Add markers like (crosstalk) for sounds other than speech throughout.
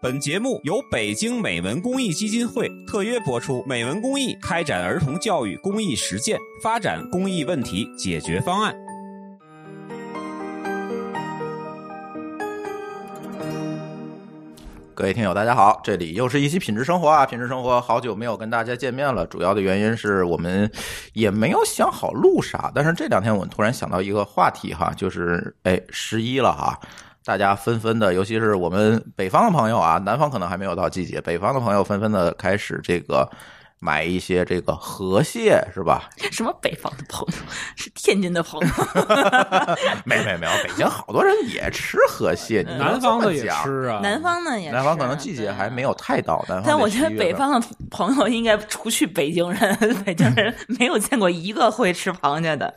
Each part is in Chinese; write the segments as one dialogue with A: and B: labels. A: 本节目由北京美文公益基金会特约播出。美文公益开展儿童教育公益实践，发展公益问题解决方案。
B: 各位听友，大家好，这里又是一期品质生活啊！品质生活好久没有跟大家见面了，主要的原因是我们也没有想好录啥，但是这两天我们突然想到一个话题哈，就是哎十一了哈，大家纷纷的，尤其是我们北方的朋友啊，南方可能还没有到季节，北方的朋友纷纷的开始这个买一些这个河蟹是吧？
C: (laughs) 什么北方的朋友，是天津的朋友，
B: 啊没没没有，北京好多人也吃河蟹，你不能
D: 哎南方
C: (laughs)
D: 的
B: 这么
D: 也
B: 讲。
D: 吃啊，
C: 南方呢也是啊
B: 南方可能季节还没有。太到，南方
C: 但我觉得
B: 7月
C: 北
B: 份
C: 方的朋友应该除去北京人， (laughs) 北京
B: (laughs)
C: 人没有见过一个会吃螃蟹的，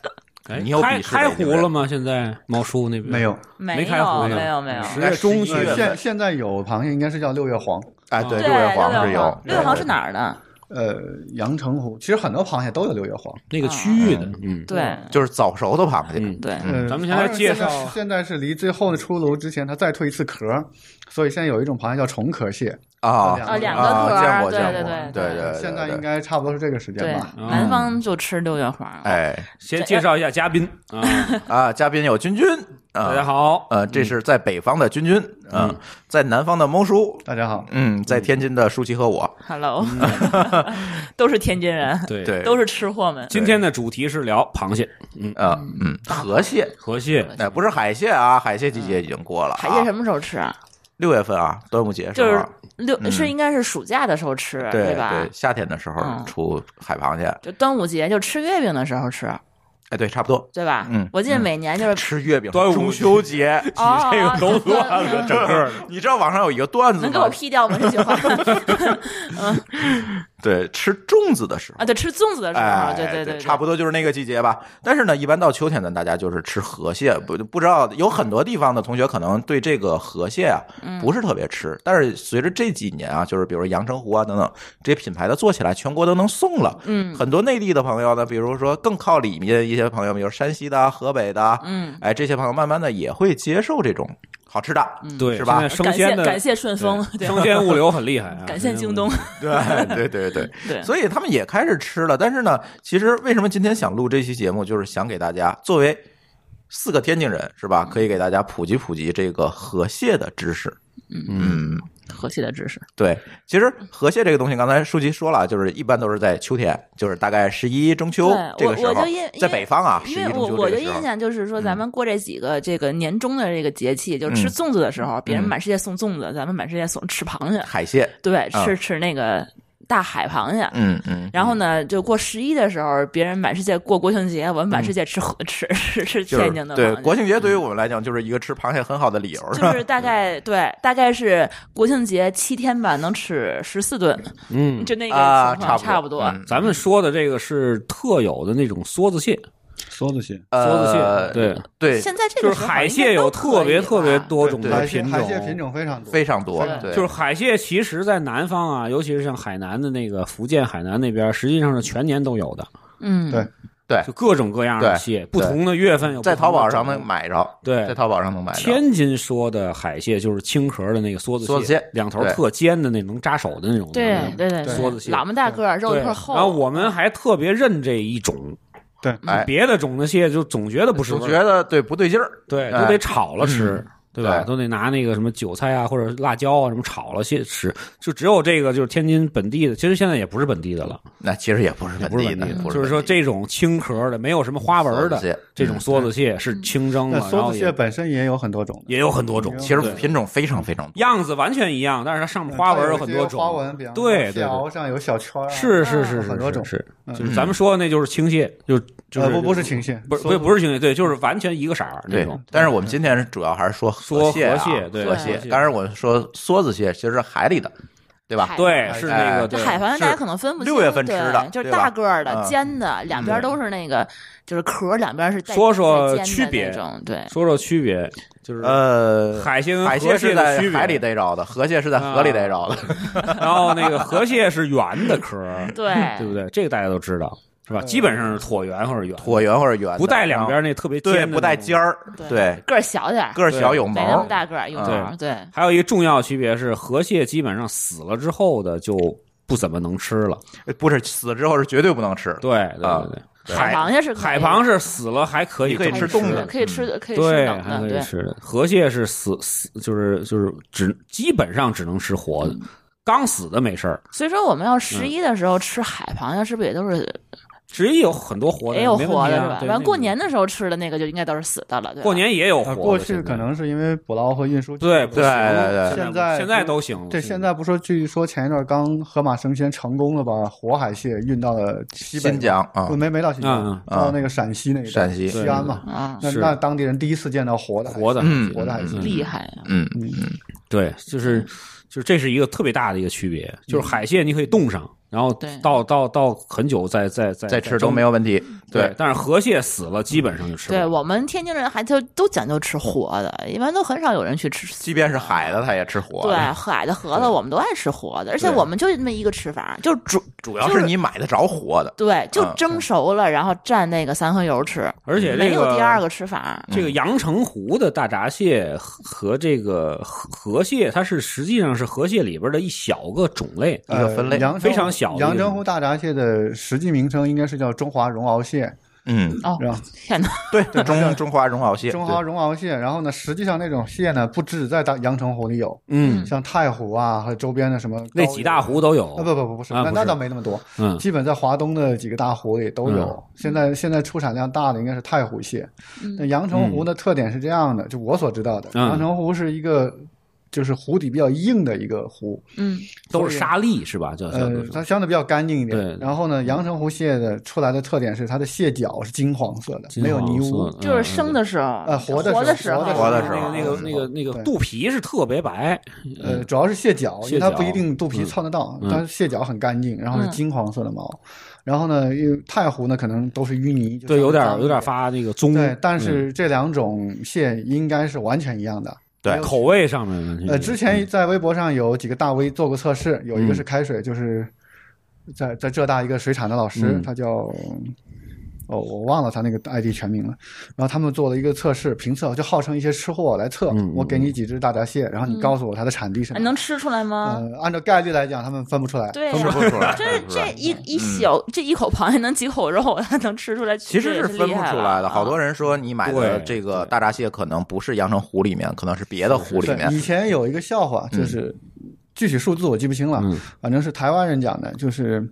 D: 哎
B: 你有鄙
D: 开
B: 视
D: 开
B: 北京
D: 湖
B: 人
D: 了吗？现在猫叔那边
E: 没有，
C: 没
D: 开
C: 有，
D: 胡呢
C: 没有，没有。
D: 十月中旬
B: 11月
E: 呃，
B: 份
E: 现现在有螃蟹，应该是叫六月黄，
B: 哎，
D: 嗯
B: 对，
D: 对
B: 六月黄是
C: 六
B: 有，
C: 六月黄是哪儿的？
E: 呃，阳澄湖。其实很多螃蟹都有六月黄。
D: 那个区域的，嗯，
C: 对
B: 就是早熟的螃蟹。
D: 嗯
C: 对，
E: 呃
D: 咱们
E: 螃
D: 现在
E: 蟹
D: 介
E: 现
D: 绍
E: 现在是离最后的出炉之前，它再蜕一次壳儿，所以现在有一种螃蟹叫重壳蟹，
B: 啊
E: 啊
C: 哦两个壳
B: 啊，
C: 儿
B: 见过
C: 对
B: 见
C: 对
B: 过，
C: 对
B: 对
C: 对
B: 对，
E: 现在
B: 对
E: 应该差不多是这个时间
C: 对
E: 吧。，
D: 嗯
C: 南方就吃六月黄。
B: 哎
D: 先介绍一下嘉宾啊，
B: 啊，嘉宾有君君啊，
D: 大家，好，
B: 呃，这是在北方的君君啊，在南方的猫叔，
E: 大家好，
B: 嗯，在天津的舒淇和我，
C: ，Hello，
B: (laughs)
C: 都是天津人，
D: 对
B: 嗯对，
C: 都是吃货们。
D: 今天的主题是聊螃蟹，嗯，
B: 啊，嗯，河蟹。
D: 河蟹，
B: 哎，不是海蟹啊，海蟹季节已经过了、啊。
C: 海蟹什么时候吃啊？
B: 六月份啊，端午节
C: 就是
B: 吧？
C: 六
B: 嗯
C: 是应该是暑假的时候吃，
B: 对
C: 吧？
B: 夏天的时候
C: 嗯
B: 出海螃蟹。
C: 就端午节就吃月饼的时候吃，
B: 哎，对，差不多。
C: 对吧？
B: 嗯
C: 我记得每
B: (laughs)
C: 年就是
B: 吃月饼，
D: 端午
B: 中秋节，
C: 哦，这个都
D: 乱了整个的
B: 你知道网上有一个段子吗？
C: 能给我 P 掉吗？这句话
B: 对，吃粽子的时候
C: 啊，，对，吃粽子的时
B: 哎
C: 候，，对对对，
B: 差不多就是那个季节吧。但是呢，一般到秋天呢，大家就是吃河蟹，
C: 嗯
B: 不不知道有很多地方的同学可能对这个河蟹啊
C: 嗯
B: 不是特别吃，但是随着这几年啊，就是比如阳澄湖啊等等这些品牌的做起来，全国都能送了。
C: 嗯
B: 很多内地的朋友呢，比如说更靠里面一些朋友，比如山西的啊、河北的啊，
C: 嗯，
B: 哎，这些朋友慢慢的也会接受这种好吃的，
C: 嗯
D: 对，
B: 是吧
D: 现在生
C: 感谢
D: 鲜的
C: 感谢顺丰，对
D: 生鲜物流很厉害啊，
C: (laughs) 感谢京东，
B: (laughs) 对对对对。
C: 对，
B: 嗯所以他们也开始吃了。但是呢，其实为什么今天想录这期节目，就是想给大家作为四个天津人是
C: 嗯
B: 吧，可以给大家普及普及这个河蟹的知识。嗯，
C: 河蟹的知识，
B: 对，其实河蟹这个东西，刚才舒淇说了，就是一般都是在秋天，就是大概十一中秋
C: 对
B: 这个
C: 我
B: 时候
C: 我就因，
B: 在北方啊，
C: 因
B: 十一
C: 为
B: 中
C: 我
B: 秋
C: 我
B: 这个
C: 的
B: 时候
C: 印，象就是说，咱们过这几个这个年终的这个节气，就
B: 嗯
C: 吃粽子的时候，别人
B: 嗯
C: 满世界送粽子，咱们满世界送吃螃蟹，
B: 海蟹，
C: 对，
B: 啊
C: 吃吃那个大海螃蟹。
B: 嗯嗯，
C: 然后呢，就过十一的时候，别人满世界过国庆节，我们满世界吃河吃吃吃
B: 嗯就是
C: 天津的
B: 对
C: 螃蟹
B: 国庆节对于我们来讲，就是一个吃螃蟹很好的理由。
C: 嗯就是大概对，大概是国庆节七天吧，能吃十四顿，
D: 嗯，
C: 就那个
B: (laughs) 啊，
C: 情况
B: 差
C: 差
B: 不
C: 不
B: 多
C: 多。
B: 嗯
D: 咱们说的这个是特有的那种梭子蟹，
E: 梭子蟹，
D: 梭子
B: 呃
D: 蟹，对，
B: 对，
C: 现在这
D: 就
C: 个
D: 是
C: 时候
D: 海
C: 应该
D: 蟹有
C: 都可
D: 特别
C: 以啊
D: 特别
C: 吧，
D: 多种
B: 对
D: 的
E: 海
D: 品
E: 蟹
D: 种，
E: 海蟹品种非常多，
B: 非常多，
C: 是
B: 对，
D: 就是海蟹，其实，在南方啊，尤其是像海南的那个福建、海南那边，实际上是全年都有的，
C: 嗯，
E: 对
D: 就各种各样的蟹，不同的月份有不同
B: 在
D: 的
B: 淘宝上
D: 种类
B: 能。买着，在
D: 对，
B: 淘宝上能买着。
D: 天津说的海蟹就是青壳的那个梭子
B: 梭子蟹
D: 两头
B: 对
D: 特尖的那能扎手的那种。
C: 对
D: 那种
C: 对对
E: 对
D: 梭子蟹
C: 老么大个儿，肉
D: 嗯对
C: 特厚。
D: 然后我们还特别认这一种，
B: 哎，
D: 别的种的蟹就总觉得不是
B: 总
D: 味
B: 觉
D: 儿，
B: 得对不对劲儿，
D: 对，
B: 哎
D: 都得炒了吃
B: 嗯。
D: 对吧？
B: 对
D: 都得拿那个什么韭菜啊，或者辣椒啊，什么炒了蟹吃。就只有这个，就是天津本地的，其实现在也不是本地的了。
B: 那其实也不是
D: 也
B: 本
D: 不是
B: 地
D: 本
B: 的
D: 地，
B: 不
D: 就是说
B: 本地
D: 这种青壳的，没有什么花纹
B: 梭子
D: 的
B: 蟹嗯
D: 这种梭子蟹
E: 嗯
D: 是清蒸的
E: 那，
D: 然
E: 梭
D: 后
E: 子蟹
D: 也
E: 本身也有很多种的，
D: 也有很多种，
B: 其实
D: 对
B: 品种非常非常多。
D: 样子完全一样，但是它上面花纹
E: 它有
D: 很
E: 些
D: 多
E: 花
D: 种。
E: 纹比方说
D: 对对对
E: 条上有小圈儿啊，
D: 是是是是
E: 很多种
D: 是，是
E: 嗯
D: 就是咱们说的那就是青蟹，就就
E: 呃
D: 是
E: 不不是青蟹，
D: 不是
E: 梭
D: 不
E: 子
D: 是不是青蟹，对，就是完全一个色儿那
B: 对
D: 嗯种。，
B: 但是我们今天主要还是说
D: 说
B: 河蟹啊，
D: 河蟹对
B: 河
D: 河蟹
B: 当然，我们说梭子蟹其实是海里的，对吧？
C: 海
D: 对，是那
B: 哎
D: 个
C: 这
D: 对
C: 海螃蟹大
B: 是
C: 家可能分不清，
B: 六月份吃的
C: 对就是
B: 对吧
C: 大个儿的
B: 嗯、
C: 尖的，两边都是那个，就是壳儿两边是带
D: 说说
C: 带尖的
D: 区别嗯
C: 那种，对，
D: 说说区别，就是
B: 呃，
D: 海蟹跟
B: 海
D: 河
B: 蟹
D: 蟹
B: 是
D: 的
B: 在
D: 区别
B: 海里，逮着的，河蟹是在河里
D: 啊
B: 逮着的。
D: 然后那个河蟹是圆的壳儿，
C: 对哎
D: 对不对？这个大家都知道。是吧？基本上是椭圆或者圆，
B: 嗯椭圆或者圆的，
D: 不带两
B: 然
D: 边那特别
B: 后
D: 尖的
B: 对，
D: 那种，
B: 不带尖儿，
C: 对
B: 对，
C: 个儿小点儿，
B: 个儿小有
C: 没那
B: 毛
C: 么，大个儿，有
B: 嗯
C: 毛儿，对，
D: 还有一个重要区别是，河蟹基本上死了之后的就不怎么能吃了。
B: 呃不是死之后是绝对不能吃。
D: 对对
B: 啊
D: 对
C: 海螃蟹是可以
D: 海螃蟹死了还可以，
B: 你可以
C: 还
B: 吃冻的
C: 可以吃的，可以吃
D: 嗯对，
C: 冷
D: 还可
C: 的，
D: 以
C: 对。
D: 吃的。河蟹是死死，就是就是只基本上只能吃活
C: 嗯
D: 的，刚死的没事儿。
C: 所以说，我们要十一的时候吃海螃蟹，是不是也都是
D: 十一有很多活的，
C: 也有
D: 没
C: 活
D: 问
C: 的
D: 题
C: 是
D: 啊
C: 吧？
D: 对
C: 完
D: 那
C: 过
D: 个
C: 年的时候吃的那个就应该都是死的了，对吧？
D: 过年也有活
E: 啊，
D: 的。
E: 过去
D: 现在
E: 可能是因为捕捞和运输
D: 对不
B: 对
D: 行
B: 对对
D: 现
E: 现
D: 在
E: 在
D: 现在都行了。
E: 对，现在不说，据说前一段刚河马生鲜成功的把活海蟹运到了西北
B: 新疆啊
E: 不，没没到新疆，
D: 嗯
E: 到那个陕西那个
B: 陕西
E: 西安嘛。
C: 啊，
E: 那
D: 是
E: 那当地人第一次见到活的海
D: 活的，
B: 嗯
E: 活的海鲜，
C: 厉害啊！
B: 嗯，
D: 对，
E: 嗯
D: 就是就是这是一个特别大的一个区别，就是海蟹你可以冻上，然后
C: 对
D: 到到到很久再再再
B: 再吃都
D: 蒸
B: 没有问题。
D: 对，，但是河蟹死了基本上就吃不
C: 对
D: 了。
C: 我们天津人还就都讲究吃活的，一般都很少有人去吃死的。
B: 即便是海的，它也吃活
C: 对
B: 的。
C: 海的、盒子，我们都爱吃活的，而且我们就那么一个吃法，就煮
B: 主要是你买得着活的。
C: 对，就
B: 嗯
C: 蒸熟了，然后蘸那个三合油吃，
D: 而且
C: 没
D: 这
C: 有第二个吃法。
D: 这个阳澄湖的大闸蟹和和这个河河蟹，它是实际上是河蟹里边的一小个种类。
B: 一个分类
E: 呃阳
D: 非常小的一个
E: 阳澄湖大闸蟹的实际名称应该是叫中华绒螯蟹，
B: 嗯，
C: 哦
E: 然后，
C: 天哪！
B: 对，就中中华绒螯蟹，
E: 中华绒螯蟹。然后呢，实际上那种蟹呢，不只在大阳澄湖里有，
D: 嗯，
E: 像太湖啊，还有周边的什么
D: 那
E: 高
D: 几
E: 原
D: 大湖都有
E: 啊，。不不不不是，
D: 啊
E: 那
D: 不
E: 那
D: 是
E: 倒没那么多，
D: 嗯，
E: 基本在华东的几个大湖里都有。
D: 嗯
E: 现在现在出产量大的应该是太湖蟹。那阳澄湖的特点是这样的，就我所知道的，
D: 嗯
E: 阳澄湖是一个就是湖底比较硬的一个湖，
C: 嗯，
D: 都是沙砾是吧？叫叫
E: 呃，它相对比较干净一
D: 对
E: 点。然后呢，阳澄湖蟹的出来的特点是它的蟹脚是金黄色的，没有泥污。，
D: 嗯
C: 就是生的时候，
E: 呃活的时候
C: 活的时候，
E: 活
B: 的时
D: 那
B: 候
D: 个那个那个那个
E: 对
D: 肚皮是特别白。
E: 呃，主要是蟹脚，因为它
D: 嗯蟹脚
E: 不一定肚皮蹭得到，
D: 嗯
E: 但是蟹脚很干净，然后是
C: 嗯
E: 金黄色的毛。然后呢，因为太湖呢可能都是淤泥，就
D: 对，有点
E: 稍微脏一
D: 有点发那个棕。
E: 对，但是这两种蟹应该是完全一样的。
B: 对
E: 没有
D: 口味上面问题。
E: 呃，之
D: 嗯
E: 前在微博上有几个大 V 做过测试，有一个是开水，就是在在浙大一个水产的老师，
D: 嗯
E: 他叫哦，我忘了他那个 ID 全名了。然后他们做了一个测试评测，就号称一些吃货来测，
D: 嗯嗯
E: 我给你几只大闸蟹，然后你告诉我它的产地是
C: 嗯
E: 哪。
C: 哎能吃出来吗？
E: 呃，按照概率来讲，他们分不出来。
C: 对
B: 分
C: 呀，
B: 不出来，
C: 真是
B: 分不出
C: 这
B: 来
C: 一一小这一口螃蟹能几口肉，能吃出来，
B: 嗯其实
C: 这也
B: 是
C: 是
B: 分不出来的。好多
C: 人
B: 人说你买的
D: 对
B: 这个大闸蟹可能不是阳澄湖里面，可能是别的湖里
E: 对，
B: 面。
E: 以前有一个笑话，就是具体数字我记不清了，
D: 嗯
E: 反正是台湾人讲的，就是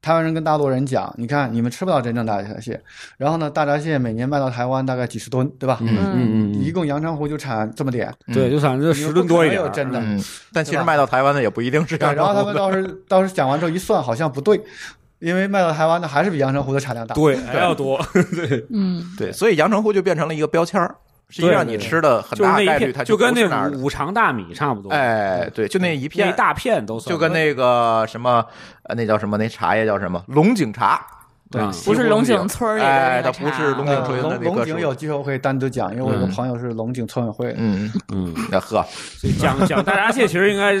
E: 台湾人跟大陆人讲，你看你们吃不到真正大闸蟹，然后呢，大闸蟹每年卖到台湾大概几十吨，对吧？
D: 嗯嗯嗯
E: 一共阳澄湖就产这么
D: (laughs)
E: 点，
D: 对，就反正就十吨多一点
E: 你们不可能有。真的。
B: 嗯，但其实
E: 对吧
B: 卖到台湾的也不一定是
E: 对，
B: 阳
E: 然后
B: 澄
E: 他
B: 湖
E: 们
B: 的。
E: 当时当时讲完之后一算，好像不对，因为卖到台湾的还是比阳澄湖的产量大。
D: 对，还要多，对，
C: 嗯，
B: 对，所以阳澄湖就变成了一个标签儿，实际上
D: 对
B: 你吃的很
D: 就是
B: 大
D: 那一
B: 概率
D: 片
B: 它，
D: 就跟
B: 不是那
D: 那
B: 儿的。
D: 五常大米差不多。，
B: 哎，对，就那一
D: 那
B: 片
D: 一大片都算，
B: 就跟那个什么，呃，那叫什么？那茶叶叫什么？龙井茶。
D: 对
B: 嗯
C: 不是龙井村儿里的那个
B: 哎它
C: 茶
B: 不是龙井
E: 呃
B: 村儿里的
E: 龙
B: 那个
E: 龙
B: 树
E: 井有机会我可以单独讲，因为我有个朋友是龙井村委会的，
B: 嗯，
D: 嗯，
B: 那喝
D: 所以讲讲大闸蟹其实应该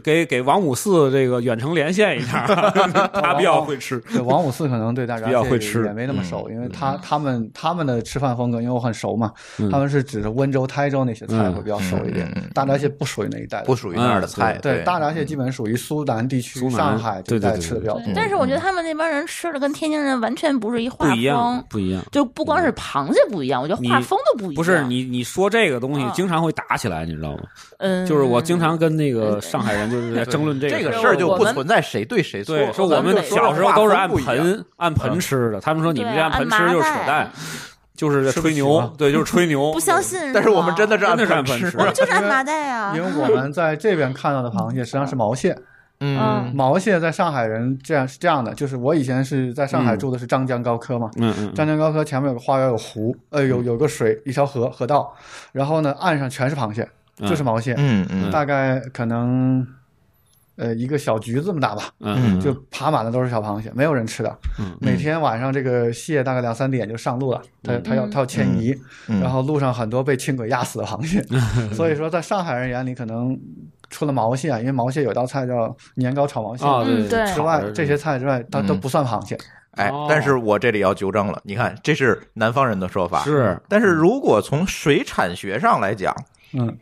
D: 给给王五四这个远程连线一下，他比较会吃。
E: 对，王五四可能对大
D: (laughs)
E: 闸
D: 比较
E: 蟹
D: 会吃嗯
E: 也没那么熟，因为他他们他们的吃饭风格，因为我很熟嘛，
D: 嗯
E: 他们是指着温州、台州那些菜会比较熟一点，大
D: 嗯
E: 闸蟹不属于那一带的。
B: 不属于那儿的菜。
E: 嗯对大闸蟹基本属于苏南地区、
D: 苏南
E: 上海这
D: 对
E: 一
D: 对
E: 带
D: 对
E: 吃的比较多。
B: 嗯
C: 但是我觉得他们那帮人吃的跟天津人完全不是一画
D: 不一样
C: 风，，
D: 不一样。
C: 就不光
B: 嗯
C: 是螃蟹不一样，我觉得
D: 你
C: 画风都不一样。
D: 不是，你你说这个东西
C: 啊
D: 经常会打起来，你知道吗？
C: 嗯，
D: 就是我经常跟那个上海人就是在争论这
B: 呃这个
D: 事
B: 事
D: 儿。
B: 儿就不存在谁对谁错。
D: 对，说我们
C: 对
D: 小时候都是按
B: 不一样嗯
D: 盆按盆吃的，他们说你们这
C: 对啊
D: 盆吃就是扯淡
C: 按麻，
D: 就是在吹
B: 啊
D: 牛，对，就是吹牛。
C: 不相信，
B: 但是我们真的是
D: 真
B: 按
D: 的是按
B: 盆
D: 盆
B: 吃 (laughs)
D: 吃。
C: 我们就是按麻袋啊
E: 因，为我们在这边看到的螃蟹实际上是毛蟹，
B: 嗯，
E: 毛蟹在上海人这样是这样的，就是我以前是在上海住的是张江高科嘛，
D: 嗯嗯，
E: 张江高科前面有个花园，有湖，呃，有有个水，一条河河道，然后呢岸上全是螃蟹，就是毛蟹，
B: 嗯嗯
E: 大概可能呃一个小橘子这么大吧，
D: 嗯，
E: 就爬满了都是小螃蟹，没有人吃的。
B: 嗯
E: 每天晚上这个蟹大概两三点就上路了，它它要它要迁移，
B: 嗯
E: 然后路上很多被轻轨压死的
B: (laughs)
E: 螃蟹，所以说在上海人眼里可能除了毛蟹，因为毛蟹有道菜叫年糕炒毛蟹。
D: 啊，
C: 嗯对
B: 嗯
E: 之外，这些菜之外，它都不算螃蟹。
B: 哎
D: 哦，
B: 但是我这里要纠正了，你看，这是南方人的说法。，
D: 是
B: 但是嗯如果从水产学上来讲，
E: 嗯，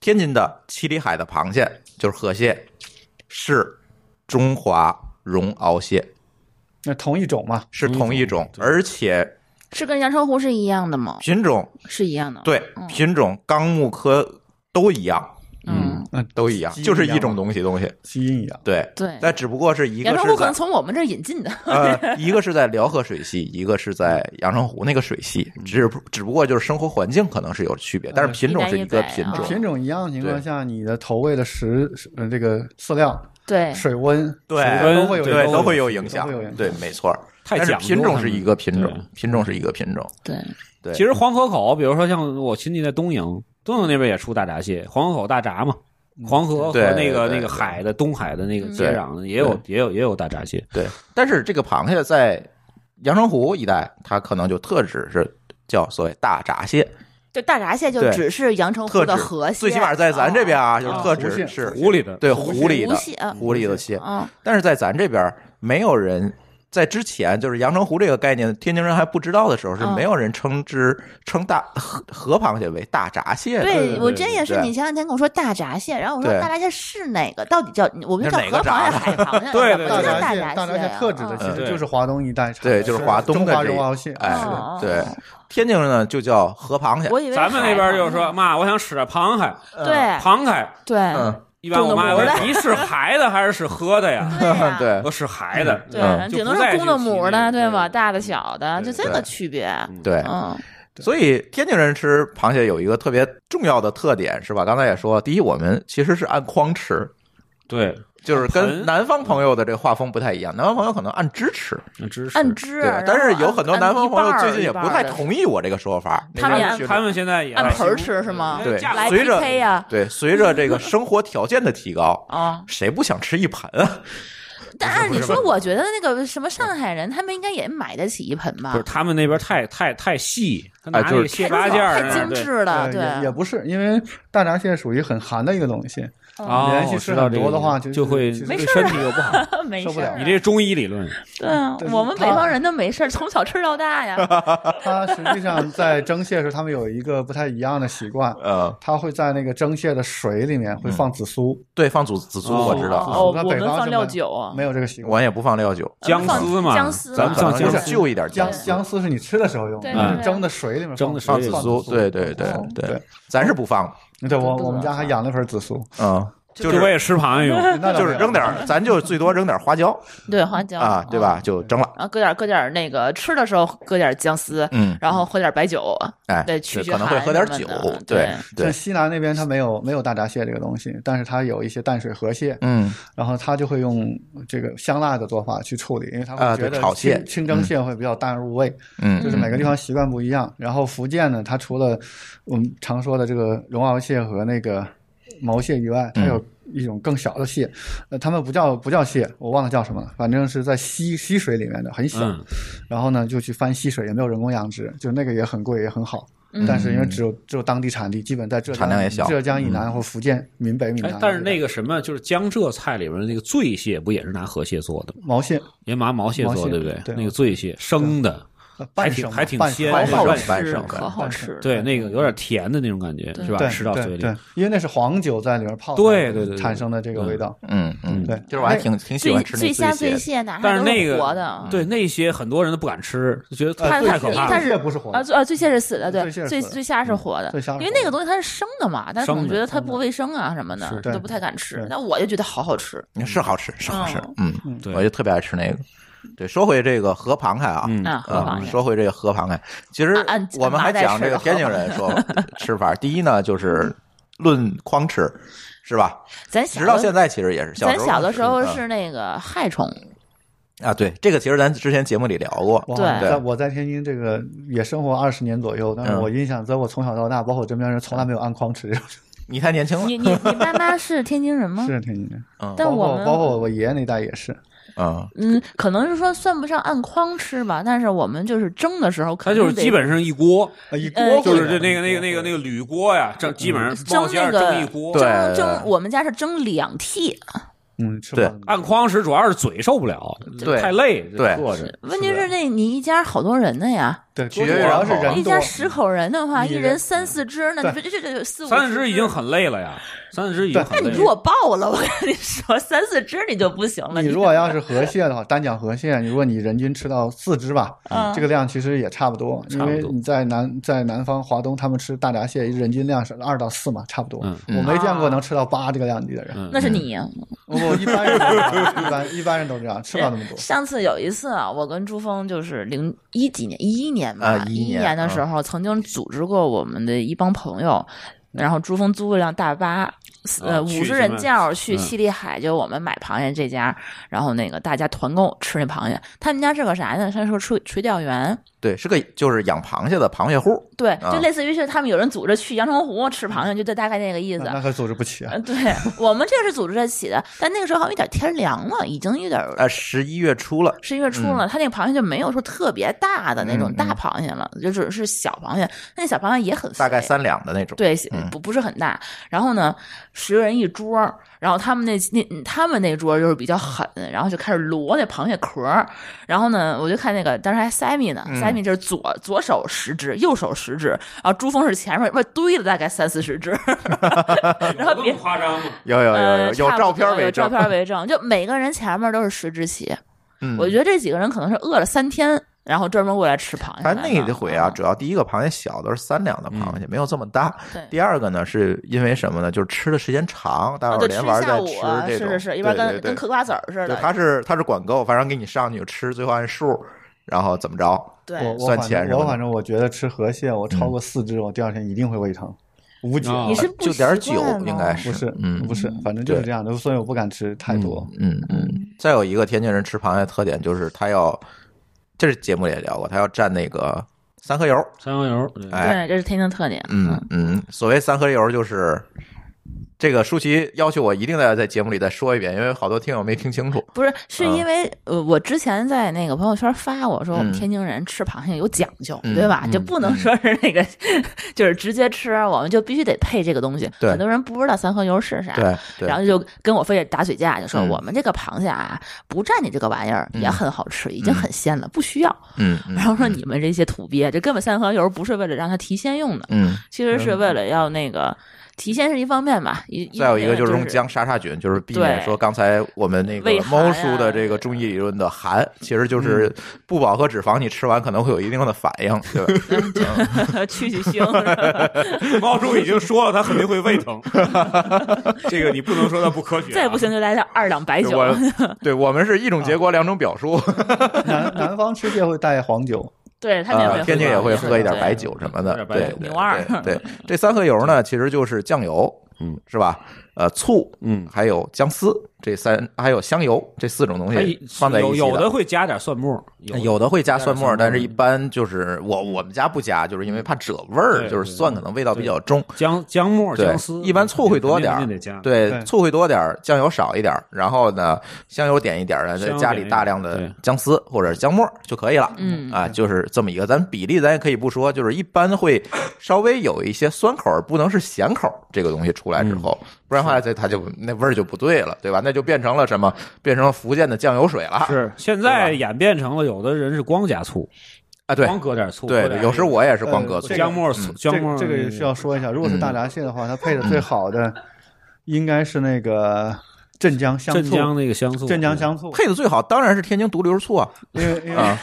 B: 天津的七里海的螃蟹就是河蟹，是中华绒螯蟹，
E: 那同一种嘛，
B: 是同一种，而且
C: 是跟阳澄湖是一样的吗？
B: 品种
C: 是一样的。，
B: 对
C: 嗯
B: 品种纲目科都一样，
C: 嗯，
B: 都一样，
E: 基因
B: 就是
E: 一样
B: 一种
E: 吗
B: 东西东西。
E: 基因一样。
B: 对，
C: 对。
B: 那只不过是一
C: 阳
B: 个
C: 澄湖
B: 是
C: 可能
B: 在
C: 从我们这儿引进的，
B: 呃，一个是在辽河水系，一个是在阳澄湖那个水系，只不只不过就是生活环境可能是有区别，但是品种是一个品
C: 嗯
B: 种
E: 品。种一样的情况
B: 啊对
E: 下，你的投喂的食呃这个饲料、
C: 对
E: 水温
B: 对
E: 都会有
B: 对，
E: 影
B: 都
E: 响
B: 会有影响
E: 都会有影，
B: 对，没错儿。
D: 太
B: 但是
D: 讲究
B: 品种
D: 他
B: 是
D: 们
B: 一个品种
D: 对，
B: 品种是一个品种。
C: 对，
B: 对，
D: 其实黄河口，比如说像我亲戚在东营，东营那边也出大闸蟹，黄河口大闸嘛，黄
B: 嗯
D: 河和
B: 对
D: 那个
B: 对
D: 那
B: 对
D: 个海的东海的那个
C: 嗯
D: 接壤的也有也有也有大闸蟹，
B: 对，但是这个螃蟹在阳澄湖一带，它可能就特指是叫所谓大闸蟹，
C: 就大闸蟹就
B: 对
C: 只是阳澄湖
B: 特
C: 的
B: 指
C: 河蟹，
B: 最起码在咱这边啊，就是
C: 哦
B: 特
E: 湖
B: 指
E: 蟹
B: 是
D: 湖里的
B: 对
E: 湖
B: 湖里的
C: 蟹啊
B: 湖里的蟹，
C: 嗯，
B: 但是在咱这边儿没有人。在之前，就是阳澄湖这个概念，天津人还不知道的时候，是
C: 嗯
B: 没有人称之称大河河螃蟹为大闸蟹的。
D: 对
C: 对我真
D: 对
C: 也是，
B: 对
C: 你前两天跟我说大闸蟹，然后我说
B: 对
C: 大闸蟹是哪个？到底叫我
B: 那
C: 们叫
B: 哪
C: 河
B: 个
C: 螃
B: 闸
C: 蟹、海螃蟹？
D: 对
C: 我
D: 对对
E: 大
C: 就叫
E: 闸
C: 大
E: 蟹，大闸蟹
C: 呀
E: 特指的
C: 嗯
E: 其实
D: 嗯
E: 就是华东一带产
B: 对
E: 的，
B: 就是华东
E: 中
B: 的
E: 华
B: 这
E: 绒
B: 一
E: 螯蟹，
B: 哎
E: 是的，
C: 哦
B: 对，天津人呢就叫河螃蟹。
C: 我以为
D: 咱们
C: 海
D: 那边就是
C: 螃
D: 说，妈，我想使螃蟹，
C: 蟹对
D: 螃蟹，
C: 对
B: 嗯，
D: 一般我妈
C: 公的
D: 问
C: 母
D: 你
C: (laughs)
D: 是孩的还是使河的呀？
C: 对呀
B: (laughs) 对
D: 我使孩的，
C: 对，
B: 嗯
D: 就
C: 顶
D: 不
C: 多
D: 再
C: 是
D: 去
C: 公的
D: 区
C: 母
D: 别
C: 的，
D: 对
C: 吧？大的小的，
D: 对
C: 就这
B: 对
C: 个区别。
B: 对，
C: 嗯，
B: 所以天津人吃螃蟹有一个特别重要的特点，是吧？刚才也说，第一，我们其实是按筐吃，
D: 对，
B: 就是跟
D: 盆
B: 南方朋友的这个画风不太一样。南方朋友可能按只吃，
D: 那知识。
C: 按只
B: 对，，但是有很多南方朋友最近也不太
C: 意。
B: 同意我这个说法。
C: 他们也按
B: 觉得
D: 他们现在也
C: 按盆儿
D: 行
C: 吃是吗
B: 对
D: 价格
C: 来
B: 随着
C: PK 呀，
B: 对，随着这个生活条件的提高，
C: 啊！
B: 谁不想吃一盆啊？
C: 但按
B: 不是
C: 理
B: 不
C: 说，
B: 是
C: 我觉得那个什么上海人，他们应该也买得起一盆吧
D: 不是？他们那边太太太细，他拿
B: 哎就是
D: 那个蟹八件儿
C: 太
D: 那
C: 精
D: 样，对
C: 致了，
E: 呃
C: 对，
E: 也也不是，因为大闸蟹属于很寒的一个东西，
D: 啊，
E: 连续
D: 我
E: 吃
D: 知道
E: 很
D: 这
E: 多
D: 个
E: 的话
D: 意思
E: 就是
D: 就会
E: 其实
D: 对
E: 没
C: 啊
D: 身体又
C: (laughs)
D: 不好。
C: 没
E: 受不
C: 事
E: 了
C: 儿
D: 你这中医理论，
C: 对啊
E: 但，是
C: 我们北
E: 他
C: 方人的没事儿，从小吃到大呀。
E: (laughs) 它实际上在蒸蟹的时候，他们有一个不太一样的习惯，
B: 呃，
E: 它会在那个蒸蟹的水里面会
D: 嗯
E: 放紫苏，
B: 对，放紫紫苏
D: 哦
B: 我知道，
C: 哦，
E: 那
C: 我
E: 北
C: 们
E: 方
C: 放
E: 是
C: 料
E: 没
C: 酒啊，
E: 没有这个习惯。
B: 我也不放料酒，
D: 姜
C: 放
D: 丝嘛，
C: 姜丝
D: 咱们
C: 放
B: 可能
D: 放姜
B: 就
D: 丝
B: 是就一点
E: 姜
B: 啊姜
C: 对
E: 姜丝是你吃的时候用
C: 对
E: 的，
C: 对
E: 你
C: 对
E: 蒸的水里面
D: 蒸的
E: 放
B: 放
D: 水里
B: 紫
E: 放
B: 苏，对对对
E: 哦
B: 对
E: 对，
B: 咱是不放的，
E: 对我
C: 对
E: 我们家还养了盆紫苏，
B: 嗯，
D: 就是为了吃螃蟹
C: (laughs)
D: 用。
E: 那倒
B: 就是
E: 没有
B: 扔点儿，咱就最多扔点儿花椒
C: 对花椒
B: 啊，对？吧？就蒸了，
C: 然后嗯搁点儿搁点儿那个吃的时候搁点儿姜丝，
B: 嗯，
C: 然后喝点儿白酒，
B: 哎，
C: 对去去
B: 可能会喝点酒
C: 寒什么的，
B: 对
E: 像
B: 对，
E: 西南那边它没有没有大闸蟹这个东西，但是它有一些淡水河蟹，
B: 嗯，
E: 然后它就会用这个香辣的做法去处理，因为它
B: 啊
E: 会觉
B: 对
E: 得
B: 炒蟹
E: 清清蒸蟹会比较淡入味，
B: 嗯，
E: 就是每个地方习惯不一样。然后福建呢，它除了我们常说的这个绒螯蟹和那个毛蟹以外，
B: 嗯
E: 它有一种更小的蟹，呃，它们不叫不叫蟹，我忘了叫什么了，反正是在溪溪水里面的，很小。
D: 嗯，
E: 然后呢，就去翻溪水，也没有人工养殖，就那个也很贵，也很好。
C: 嗯
E: 但是因为只有只有当地产地，基本在浙江
B: 产量也小
E: 浙江以南或福建、闽北、闽
D: 哎
E: 南。，
D: 但是那个什么，就是江浙菜里边的那个醉蟹，不也是拿河蟹做的吗？
E: 毛蟹
D: 也拿毛蟹
E: 毛
D: 做，
E: 蟹
D: 对不对？
E: 对
D: 那个醉蟹生的，
E: 呃半
D: 还挺
E: 生嘛
D: 还挺
E: 半
D: 鲜
E: 半
D: 的
E: 生
C: 好
B: 半
C: 吃
B: 半生
C: 可好吃了，
D: 对，那个有点甜的那种感觉，
C: 对
D: 是吧？
E: 对
D: 吃到嘴
E: 对
D: 里
E: 对，，因为那是黄酒在里面泡，
D: 对对对对
E: 产生的这个味道。
B: 嗯嗯，
E: 对
B: 就是我还挺挺喜
C: 醉
B: 欢吃那
C: 醉虾
B: 醉
C: 醉
B: 蟹
C: 蟹哪
D: 但是
C: 都
D: 那个
C: 活的。啊
D: 对那些很多人都不敢吃，就觉得
E: 呃
D: 太
C: 它
D: 太可
C: 因
D: 怕
C: 为它是
D: 了。
E: 醉蟹不是活
C: 啊，
E: 的，
C: 醉啊，醉蟹是死的，对，
E: 醉蟹是
C: 醉
E: 死的
C: 醉虾是活的，
E: 醉虾是
C: 因为
E: 活
C: 那个
E: 的
C: 东西它是生的嘛，但是
D: 生
C: 我们
D: 的
C: 觉得它
E: 生的
C: 不卫生啊什么的，
E: 对
C: 都不太敢吃
E: 对。
C: 但我就觉得好好吃，
B: 是好吃，是好吃
C: 嗯，
B: 嗯，
D: 对
B: 我就特别爱吃那个。对，说回这个河螃蟹啊，
D: 嗯
C: 啊，河
B: 啊
C: 螃，蟹。
B: 说回这个河螃蟹，其实
C: 啊按
B: 我们还讲这个
C: 麻袋
B: 天
C: 吃的
B: 津人说
C: (laughs)
B: 吃法，第一呢就是论筐吃，是吧？
C: 咱小
B: 直到
C: 的
B: 现在其实也是，小
C: 咱
B: 时候
C: 小的时候
B: 嗯
C: 是那个害虫，
B: 啊，对，这个其实咱之前节目里聊过，
E: 我
C: 对
E: 在我在天津这个也生活二十年左右，但是
B: 嗯
E: 我印象在我从小到大，包括我身边人，从来没有按筐吃这种。
B: 你太年轻了，
C: 你你你妈妈是天津人吗？
E: (laughs) 是天津人，
B: 嗯
C: 但
E: 包
C: 我
E: 括
C: 们
E: 包括我爷爷那代也是。
B: 嗯，
C: 嗯，可能是说算不上按筐吃吧，但是我们就是蒸的时候，
D: 它就是基本上一锅，
E: 呃一
C: 呃
E: 锅
D: 就是这那个那个那个那个
B: 嗯
D: 铝锅呀，这基本上冒
C: 蒸
D: 尖
C: 那
D: 儿
C: 个
D: 蒸一锅，
B: 对
C: 蒸蒸，我们家是蒸两屉，
E: 嗯，吃
B: 对
E: 胖的
D: 按筐食主要是嘴受不了，
B: 对
D: 太累，
B: 对
D: 坐着。
C: 问题是那你一家好多人呢呀，
E: 对，
B: 取决于
E: 主要是
B: 人口啊
E: 人
C: 一
E: 多
C: 家，十口人的话，
E: 一
C: 一
E: 人
C: 人三四只，那你
E: 对
C: 这这这四五
D: 三十只
C: 只
D: 已经。很累了呀，三十只已经很
C: 那
D: 累
C: 你
D: 了。
C: 如果爆了，我跟你说，三四只你就不行了。
E: 你如果要是河蟹的话，单讲河蟹，如果你人均吃到四只吧，
C: 嗯
E: 这个量其实也差不多，
D: 嗯
E: 因
D: 差不
E: 为
D: 多
E: 你在南在南方华东，他们吃大闸蟹人均量是二到四嘛，差不多。
D: 嗯
E: 我没见过
C: 啊
E: 能吃到八这个量级的人，
D: 嗯
C: 那是你。
E: 我、一般人都这样一般一般人都这样，吃不了那么多。
C: 上次有一次啊，我跟朱峰就是零一几年一一年吧，
B: 啊
C: 一
B: 11年
C: 年的时候、曾经组织过我们的一帮朋友，然后朱峰租了辆大巴。呃，
D: 去
C: 五
D: 什
C: 十
D: 么
C: 人轿
D: 嗯
C: 去西丽海，就我们买螃蟹这家，然后那个大家团购吃那螃蟹。他们家是个啥呢？他说垂垂钓园，
B: 对，是个就是养螃蟹的螃蟹户，
C: 对，
B: 啊
C: 就类似于是他们有人组织去阳澄湖吃螃蟹，就这大概那个意思
E: 那。那可组织不起啊！
C: 呃对我们这个是组织得起的，但那个时候好像有点天凉了，已经有点
B: 呃，十一月初了，
C: 十一月初了，它那个螃蟹就没有说特别大的那种
B: 嗯
C: 大螃蟹了，就只是小螃蟹。那小螃蟹也很肥
B: 大概三两的那种。
C: 对
B: 嗯，
C: 不不是很大。然后呢，十个人一桌儿，然后他们那那他们那桌儿就是比较狠，然后就开始罗那螃蟹壳儿。然后呢，我就看那个当时还 Sammy 呢、
B: 嗯
C: s a m m y 就是左左手十只，右手十只，然后珠峰是前面不是堆了大概三四十只，然后别
D: 夸张吗？
B: 有有有有
C: 呃 (laughs) 差不多
B: 照片为
C: 有照
B: 证， (laughs)
C: 片为证，就每个人前面都是十只起。
B: 嗯，
C: 我觉得这几个人可能是饿了三天，然后专门过来吃螃蟹来
B: 但
C: 了。
B: 那回啊，
C: 嗯
B: 主要第一个螃蟹小的是三两的螃蟹，没有这么大。
C: 对。
B: 第二个呢，是因为什么呢？就是吃的时间长，大
C: 啊
B: 伙儿
C: 对，吃
B: 连玩带
C: 下午
B: 吃
C: 啊，
B: 这
C: 是
B: 种，
C: 是是，一
B: 对
C: 般
B: 对
C: 跟
B: 对
C: 跟嗑瓜子儿似
B: 对，
C: 的。
B: 他是他是管够，反正给你上去就吃，最后按数，然后怎么着？
C: 对，
E: 我我
B: 算
E: 反
B: 钱
E: 正
B: 什么
E: 我
B: 的
E: 反正我觉得吃河蟹，我
D: 嗯
E: 超过四只，我第二天一定会胃疼，无解。
D: 哦
C: 你是
B: 九
C: 不
B: 点
C: 习
B: 九
C: 惯哦吗
B: 应该
E: 不是，
B: 嗯，
E: 不是，反正就是这样的，所以我不敢吃太多。
B: 嗯嗯。再有一个天津人吃螃蟹特点就是他要，这是节目里也聊过，他要蘸那个三合油。
D: 三
B: (laughs)
D: 文油，对
B: 哎
C: 对，这是天津特点。啊
B: 嗯嗯，所谓三合油就是。这个舒淇要求我一定要在节目里再说一遍，因为好多听友没听清楚。
C: 不是，是
B: 嗯
C: 因为呃，我之前在那个朋友圈发过，说我们
B: 嗯
C: 天津人吃螃蟹有讲究，
B: 嗯
C: 对吧？就
D: 嗯
C: 不能说是那个， (laughs) 就是直接吃，啊我们就必须得配这个东西。
B: 对
C: 很多人不知道三合油是啥，
B: 对对
C: 哎然，后就跟我非得打嘴架，就说
B: 嗯
C: 我们这个螃蟹啊，不蘸你这个玩意儿也
B: 嗯
C: 很好吃，已经很鲜了，不需要。
B: 嗯，嗯
C: 然后说你们这些土鳖，这根本三合油不是为了让它提鲜用的，
B: 嗯，
C: 其实是为了要那个提鲜是一方面吧。一
B: 再有一个
C: 就
B: 就是用姜杀杀菌，就是避免
C: 对
B: 说刚才我们那
C: 胃
B: 个
C: 寒
B: 猫
C: 啊嗯
B: 叔的这个中医理论的寒，其实就是不饱和脂肪，你吃完可能会有一定的反应，对
C: (laughs)
B: 吧？
C: (laughs) 去去腥， (laughs) 是吧
A: 猫叔已经说了，他肯定会胃
B: (laughs)
A: 疼。这个你不能说他不科学、啊。
C: 再不行就来点二两白酒
B: 对。我对我们是一种结果两种表述，
D: 嗯
E: 南南方吃蟹会带黄酒，
C: 对他们也
B: 呃
C: 会，
B: 天津也会
C: 喝
B: 喝一点
C: 对
B: 白酒什么
D: 喝
B: 的，
D: 点白
B: 对
D: 酒
B: 对
C: 牛二
B: 对
C: (laughs)
B: 对，这三合油呢，其实就是酱油，
D: 嗯，
B: 是吧？呃，醋，
D: 嗯，
B: 还有姜丝，这三还有香油，这四种东
D: 哎
B: 西放在一
D: 有
B: 起
D: 有
B: 的哎
D: 的会加点蒜末，
B: 有的会加蒜
D: 加点蒜
B: 末，
D: 末
B: 但是一般就是我我们家不加，就是因为怕褶味儿，
D: 对
B: 就是蒜可能味道比较重。
D: 姜姜末、
B: 对
D: 姜丝，嗯
B: 一般醋会多点儿
D: 肯定得加。
B: 对，
E: 对
B: 醋会多点儿，酱油少一点儿，然后呢，香油点一点儿，然后再
D: 香油
B: 加里
D: 点一
B: 大
D: 点
B: 量的
D: 对
B: 姜丝或者姜末就可以了。
C: 嗯
B: 啊，就是这么一个，咱比例咱也可以不说，就是一般会稍微有一些酸口儿，不能是咸口儿这个东西出来之
D: 嗯
B: 后，不然的话它它就那味儿就不对了，对吧？那就变成了什么？变成了福建的酱油水了。
D: 是现在演变成了有的人是光加醋，
B: 啊，对
D: 光搁点醋，
B: 对
D: 搁点
B: 对，有时候我嗯也是光
E: 呃
B: 搁醋
E: 这个
D: 姜末醋、
E: 这
D: 姜
E: 个
D: 末
E: 这个也是要说一下。如果是
B: 嗯
E: 大闸蟹的话，它配的最好的应该是那个镇江香
D: 镇
E: 醋，
D: 江那个香醋，
E: 镇江香醋，
B: 配的最好当然是天津独流醋啊，
E: 因为因为
B: 啊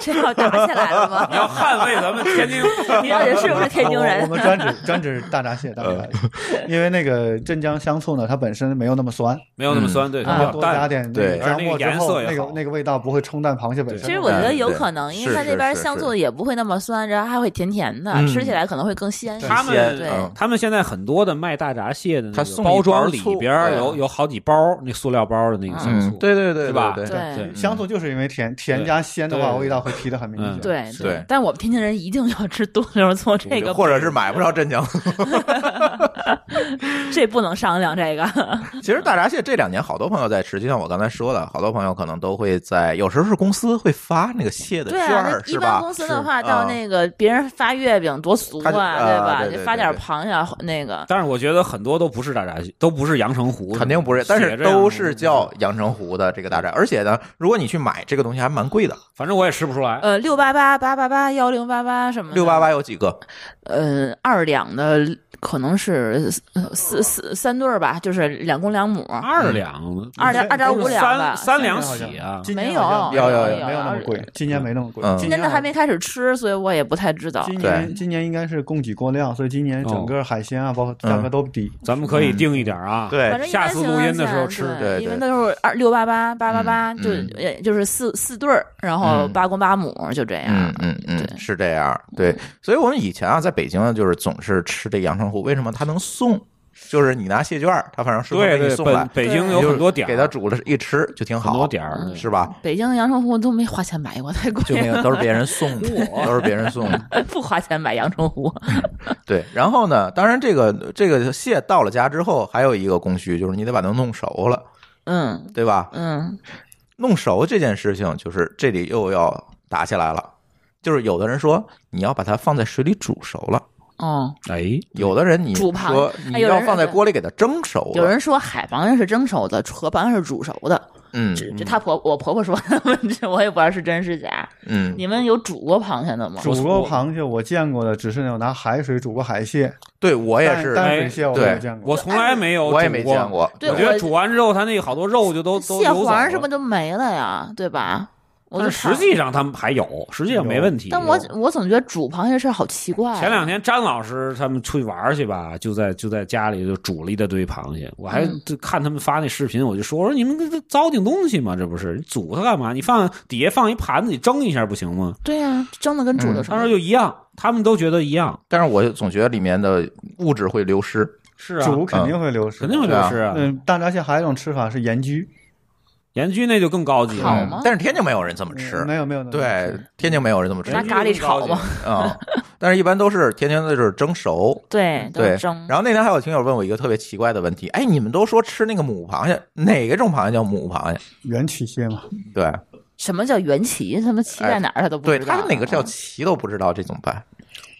C: 这要打起来
B: (laughs)
C: 了
A: 你要
C: 吗？
A: 捍卫
D: (laughs)
A: 咱们天津，
C: 你到底是不是天津
E: 我我
B: 啊
C: 人？
E: 们专指专指大闸蟹，大闸
B: 呃
E: 蟹，因为那个镇江香醋呢，它本身没有那么酸，
D: 没有那么酸，对，它
E: 它
D: 比较
E: 嗯啊多加
D: 淡。
E: 点那
B: 对
E: 个姜末之后，
A: 而且那个颜色也
E: 那
A: 好
E: 个那个味道不会冲淡螃蟹本身。
C: 其实我觉得有可能，
B: 嗯对
C: 因为它
B: 是
C: 那边
B: 是是
C: 香醋也不会那么酸，然后还会甜甜的
B: 嗯，
C: 吃起来可能会更鲜。
D: (laughs)
E: 对
D: 他
B: 鲜
D: 们
C: 对
B: 嗯
D: 他们现在很多的卖大闸蟹的
B: 他
D: 那个
B: 送
D: 包装
B: 一
D: 里
B: 包醋
D: 边儿
B: 对啊
D: 有有好几包那塑料包的那个香
B: 嗯
D: 醋，，
B: 对对对
D: 是吧
B: 对
C: 对
D: 对
E: 香醋就是因为甜甜加鲜的话，
D: 对
E: 味道会提的很明显。
D: 嗯
C: 对
B: 是对
C: 但我们天津人一定要吃多流醋这个，
D: (laughs)
B: 或者是买不着镇江。
C: 这不能商量这个。
B: 其实大闸蟹这两年好多朋友在吃，就像我刚才说的，好多朋友可能都会在，有时候是公司会发那个蟹的
C: 对
B: 券
C: 啊，
B: 儿，
C: 那一
B: 是
C: 般
B: 吧？
C: 公司
B: 是
C: 的话，到
B: 嗯
C: 那个别人发月饼多俗啊，
B: 他就啊
C: 对吧？
B: 对对
C: 就发点
B: 对对
C: 螃蟹啊那个。
D: 但是我觉得很多都不是大闸蟹，都不是阳澄湖，
B: 肯定不是，但
D: 写
B: 是
D: 着阳
B: 都
D: 澄
B: 是
D: 湖
B: 叫阳澄湖的这个大闸，而且呢，如果你去买这个东西还蛮贵的，
D: 反正我也吃不出
B: 嗯
D: 来。
C: 呃，六八八八八八幺零八八什么的，
B: 六八八，有几个？
C: 呃，二两的可能是呃四四三对儿吧，就是两公两母，
D: 二两，
C: 二点二点五两吧
D: 三，三两
E: 现在好像
D: 起啊！
E: 今年
C: 没有
E: 好像
B: 有有
E: 没
B: 有
E: 没有那么贵，今年没那么贵
B: 嗯。
C: 今天都还
E: 好
C: 没开始吃，所以我也不太知
D: 啊
C: 道。
E: 今
B: 对
E: 年今年应该是供给过量，所以今年
D: 哦
E: 整个海鲜啊，包括价
D: 嗯
E: 格都低。
D: 咱们可
B: 嗯
D: 以定一点啊。
B: 对
C: 反正一
D: 下
C: 般
D: 次
C: 情
D: 录
C: 况
D: 音的时候
C: 下
D: 吃
B: 对
C: 因
B: 对
C: 为都是二六八八八八八，
B: 嗯
C: 就
B: 嗯
C: 也就是四四对儿，然后
B: 嗯
C: 八公八母就这样
B: 嗯。嗯嗯，
C: 对
B: 是这样。对，所以我们以前啊，在北京啊就是总是吃这阳澄湖，为什么它能送？就是你拿蟹券儿，它反正顺
D: 对
B: 便给你
D: 对，
B: 送
D: 本
B: 来，
D: 北
C: 对
D: 京
B: 你
D: 有
B: 就
D: 很多点儿
B: 给它煮了一吃就挺好，嗯
D: 很多点儿
B: 是
D: (laughs)
B: 吧？
C: 北京阳澄湖都没花钱买过，太贵
B: 就没
C: 了，
B: 有，都是别人送的， (laughs) 都是别人送的。
D: (laughs)
C: (laughs) 不花钱买阳澄湖。
B: 对，然后呢，当然这个这个蟹到了家之后，还有一个工序就是你得把它弄熟了，
C: 嗯
B: 对吧？
C: 嗯，
B: 弄熟这件事情，就是这里又要打起来了。就是有的人说你要把它放在水里煮熟了，
C: 哦，
D: 哎，
B: 有的人你
C: 煮螃
B: 说
C: 哎
B: 你
C: 有
B: 要
C: 人
B: 放在锅里给它蒸熟了，
C: 有人说海螃蟹是蒸熟的，河螃蟹是煮熟的。
B: 嗯
C: 这这她婆我婆婆说的，我也不知道是真是假。
B: 嗯
C: 你们有煮过螃蟹的吗？
E: 煮过螃蟹，我见过的只是那种拿海水煮过海蟹，
B: 对我也
E: 淡
B: 是，
E: 淡水蟹我没
B: 对
E: 有见过。
D: 我从
C: 啊
D: 来没有，
B: 我也没见。过。
C: 对
D: 我觉
C: 我
D: 得煮完之后，它那好多肉就都都
C: 蟹
D: 流走
C: 黄
D: 了
C: 什么，都没了呀，对吧？我
D: 但
C: 就是怕
D: 实际上他们还有，哎实际上没问题。
C: 但我我总觉得煮螃蟹这事儿好奇怪啊、
D: 前两天詹老师他们出去玩儿去吧，就在就在家里就煮了一大堆螃蟹，我还
C: 嗯
D: 就看他们发那视频，我就说我说你们这这糟践东西嘛，这不是你煮它干嘛？你放底下放一盘子，你蒸一下不行吗？
C: 对呀、啊蒸的跟煮的
B: 嗯
C: 什
D: 他
C: 么
D: 说就一样，他们都觉得一样，
B: 但是我总觉得里面的物质会流失，
D: 是啊，
E: 煮肯定会流失，
D: 肯定会流失啊。
E: 嗯，大闸蟹还有一种吃法是盐焗，
D: 盐焗那就更高级
C: 好
D: 了，
C: 吗
B: 嗯但是天津没有人这么吃，
E: 嗯没有没有那种
B: 对
E: 吃，
B: 天津没有人这么吃
C: 拿
D: 盐焗
C: 咖喱
D: 更高级
C: 炒吗
D: (laughs)
B: 啊、但是一般都是天津的就是蒸熟，
C: 对，
D: 嗯
C: 都
B: 对
C: 是蒸。
B: 然后那天还有听友问我一个特别奇怪的问题，哎，你们都说吃那个母螃蟹，哪个种螃蟹叫母螃蟹？
E: 缘起蟹嘛，
B: 对
C: 什么叫缘起？他妈
D: 哎
C: 起在哪儿他都不
B: 对，
C: 知道。啊
B: 它哪个叫鳍都不知道，这怎么办？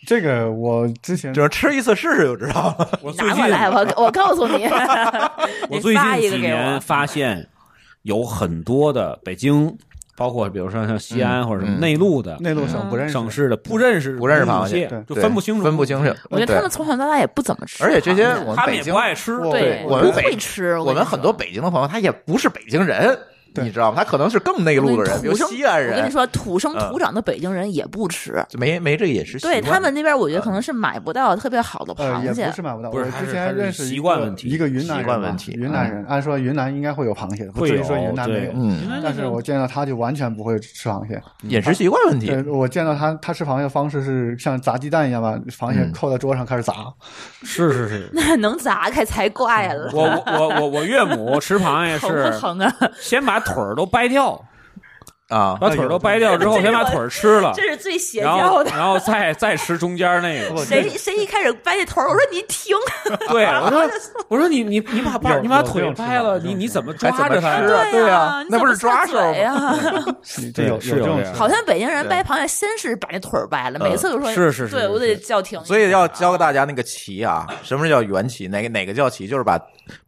E: 这个我之前
B: 只能吃一次试试就知道了。
D: 我最
C: 拿
D: 近
C: 过来，我
D: (laughs)
C: 我告诉你，
D: 我
C: (laughs) 你
D: 最
C: 发一
D: 近
C: 个
D: 几
C: 给
D: 年
C: 我。
D: 发现有很多的北京，包括比如说像西安或者什么
B: 嗯
D: 内陆的
E: 内陆省不认识，
D: 省市的，不认识
B: 不认识螃蟹，
D: 蟹就
B: 对
D: 分不清楚，
B: 分不清楚。
C: 我觉得他
B: 嗯对
C: 们从小到大也不怎么吃螃蟹，
B: 而且这些我们
D: 他们
B: 北
D: 也
B: 京
D: 不，爱吃。
E: 我
C: 对
B: 我
C: 不
B: 们
C: 会
B: 北
C: 吃。跟
B: 我
C: 你
B: 们很多
C: 说
B: 北京的朋友他也不是北京人，
E: 对
B: 你知道吗？他可能是更内陆的人，比如
C: 土生
B: 西安
C: 我跟你
B: 人，
C: 说，土生
B: 嗯
C: 土长的北京人也不吃。
B: 就没没这个饮食习惯。嗯
C: 对他们那边，我觉得可能是买不到特别好的
E: 呃，也
C: 螃蟹
E: 不。是买不到。
D: 不是
E: 我
D: 它是
E: 之
D: 它
E: 前
D: 是
E: 认识一个
D: 习惯问题嗯
E: 一个云南人
B: 习
E: 吧
B: 惯问题
E: 云南人按说云南应该会有螃蟹，不
D: 会
E: 至于
D: 有
E: 说云南没
D: 对
E: 有。
B: 嗯，
E: 但是我见到他就完全不会吃螃蟹，
B: 饮食习惯问题。
E: 对，我见到他他吃螃蟹的方式是像砸鸡蛋一样把螃蟹
B: 嗯
E: 扣在桌上开始砸，
D: 是
C: (laughs)
D: 是是，
C: 那 (laughs) 能砸开才怪了，
B: 嗯
D: 我我我我我岳母吃螃蟹
C: 疼不
D: 是
C: 疼啊？
D: 先把腿儿都掰掉，
B: 啊，
D: 把腿儿都掰掉之后，先把腿儿吃了
C: 哎这，是最邪
D: 然后
C: 教的。
D: 然后再再吃中间那个。
C: (laughs) 谁谁一开始掰这头儿，我说你停，
D: 对，我
C: (laughs)
D: 说我说你你你把把
E: 有
D: 你把
E: 有这
D: 腿
E: 种吃
D: 掰
E: 法
D: 了，
E: 有这
D: 你
E: 种
D: 你
E: 吃
D: 怎么
B: 还
D: 抓
B: 怎么
D: 着它
B: 吃
D: 呀？
B: 啊对啊
C: 呀，，
B: 那不是抓手
C: 手
B: 吗？
C: 呀？
E: 就有有
D: 对是有
E: 这种
D: 这
E: 吃
D: 样
E: 法
C: 啊 (laughs) 好像北京人掰螃蟹先是把这腿儿掰了，每次都说
D: 嗯是是是
C: 对我得叫停。
B: 所以要教给大家那个鳍啊，什么叫圆鳍？哪个哪个叫鳍？就是把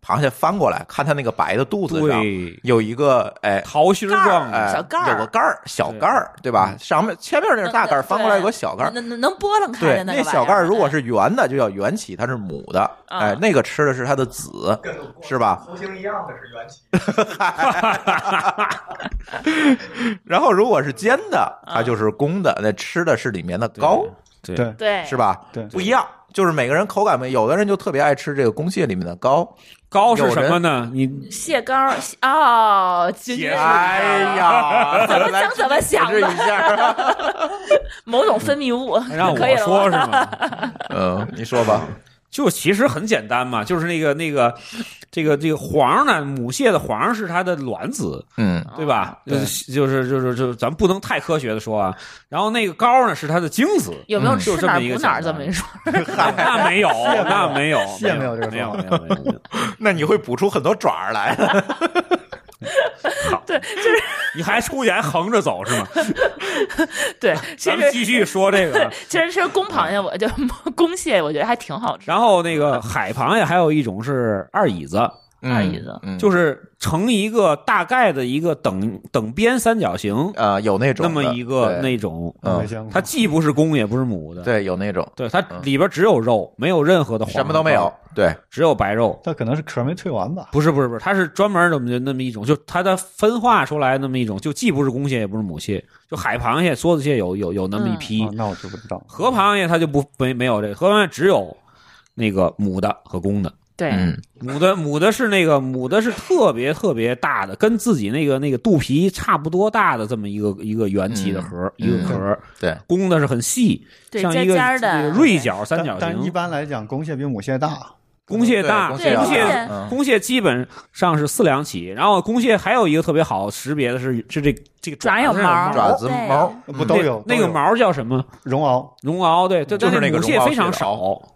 B: 螃蟹翻过来，看它那个白的肚子上
D: 对
B: 有一个哎
D: 桃心儿状
B: 哎
D: 的，
C: 小盖儿嗯
B: 有个盖儿，小盖儿，对吧？上面前面那是大盖儿，翻过来有个小盖儿。
C: 能能能拨楞开
B: 对，
C: 的
B: 那
C: 个
B: 小盖儿如果
C: 是
B: 是圆的，就叫圆鳍，它是母的。
C: 啊
B: 哎，那个吃的是它的子，是吧？
F: 头型一样的是缘起，
B: (laughs) 然后如果是尖的，它
C: 啊
B: 就是公的，那吃的是里面的膏，
D: 对
E: 对
C: 哎对
B: 是？吧？
E: 对
B: 不一样，就是每个人口感不一样，有的人就特别爱吃这个公蟹里面的膏。
D: 高是
B: 有
D: 什
B: 人
D: 么呢？你
C: 蟹膏儿哦，姐姐
B: 哎呀，
C: 啊怎么想怎么想
B: 解释一
C: 的，
B: 下，啊
C: 某种分泌物，
D: 嗯让我
C: 可以了
D: 说
C: 吗
D: 是？吗？ (laughs)
B: 嗯，你说吧，
D: 就其实很简单嘛，就是那个那个这个这个黄呢，母蟹的黄是它的卵子，
B: 嗯
C: 哦
D: 对吧？就是就是就是就是，咱不能太科学的说啊。然后那个膏呢是它的精子，
C: 有没有
D: 嗯
C: 吃
D: 就这
C: 哪
D: 么
C: 儿
D: 一个
C: 补哪儿这
D: 简单
C: 么一说？ (laughs)
D: 那没有，那没有，
E: 蟹没有这个
D: 没
E: 说
D: 有
E: 法
D: 没有没有没有。
B: 那你会补出很多爪儿来。
D: 你还出去还横着走
C: (laughs)
D: 是吗？
C: 对，其
D: 咱们
C: 实
D: 继续啊嗯说这个。
C: (laughs) 其实其实公螃蟹，我就 (laughs) 公蟹，我觉得还挺好吃。
D: 然后那个海螃蟹还有一种是二椅子，
C: 那意思
B: 嗯，
D: 就是是成一个大概的一个等等边三角形
B: 呃，有那种
D: 那么
B: 的
D: 一个
B: 对
D: 那种，
B: 嗯
E: 没见过
D: 它既不是公也不是母的，，
B: 对有那种
D: 对，它里边只有肉，没有任何的黄，啊
B: 什么都没有，，对，
D: 只有白肉。
E: 它可能是壳没退完吧。
D: 不是不是不是，它是专门的那么那么一种，就它的分化出来那么一种，就既不是公蟹也不是母蟹，就海螃蟹、梭子蟹有有有那么一
C: 嗯
D: 批，
B: 哦
E: 啊，那我就不知道了。
D: 河螃蟹它就不没没有这个，河螃蟹只有那个母的和公的。
C: 对，
B: 嗯
D: 母的母的是那个母的是特别特别大的，跟自己那个那个肚皮差不多大的这么一个一个圆体的核，
B: 嗯
D: 一个壳。
B: 对，
D: 公的是很细，
C: 对
D: 像一
C: 尖
D: 个
C: 尖儿的
D: 那个锐角三
E: 但
D: 角
E: 但一
D: 形。
E: 般来讲，公蟹比母蟹大，
D: 公蟹大，
B: 对
C: 对
D: 公
C: 公蟹
D: 蟹
B: 嗯
D: 公蟹基本上是四两起，然后公蟹还有一个特别好识别的是是这这个
C: 爪
D: 爪
C: 有
D: 子上
C: 毛，
D: 毛
B: 爪子
C: 对啊
B: 毛儿
E: 不
B: 嗯
E: 都有
D: 那个
E: 都有
D: 毛叫什么？
E: 绒螯。
D: 绒螯，对，对
B: 就
D: 但
B: 是那个
D: 母蟹
B: 绒螯
D: 非常
B: 蟹的
D: 少，
C: 嗯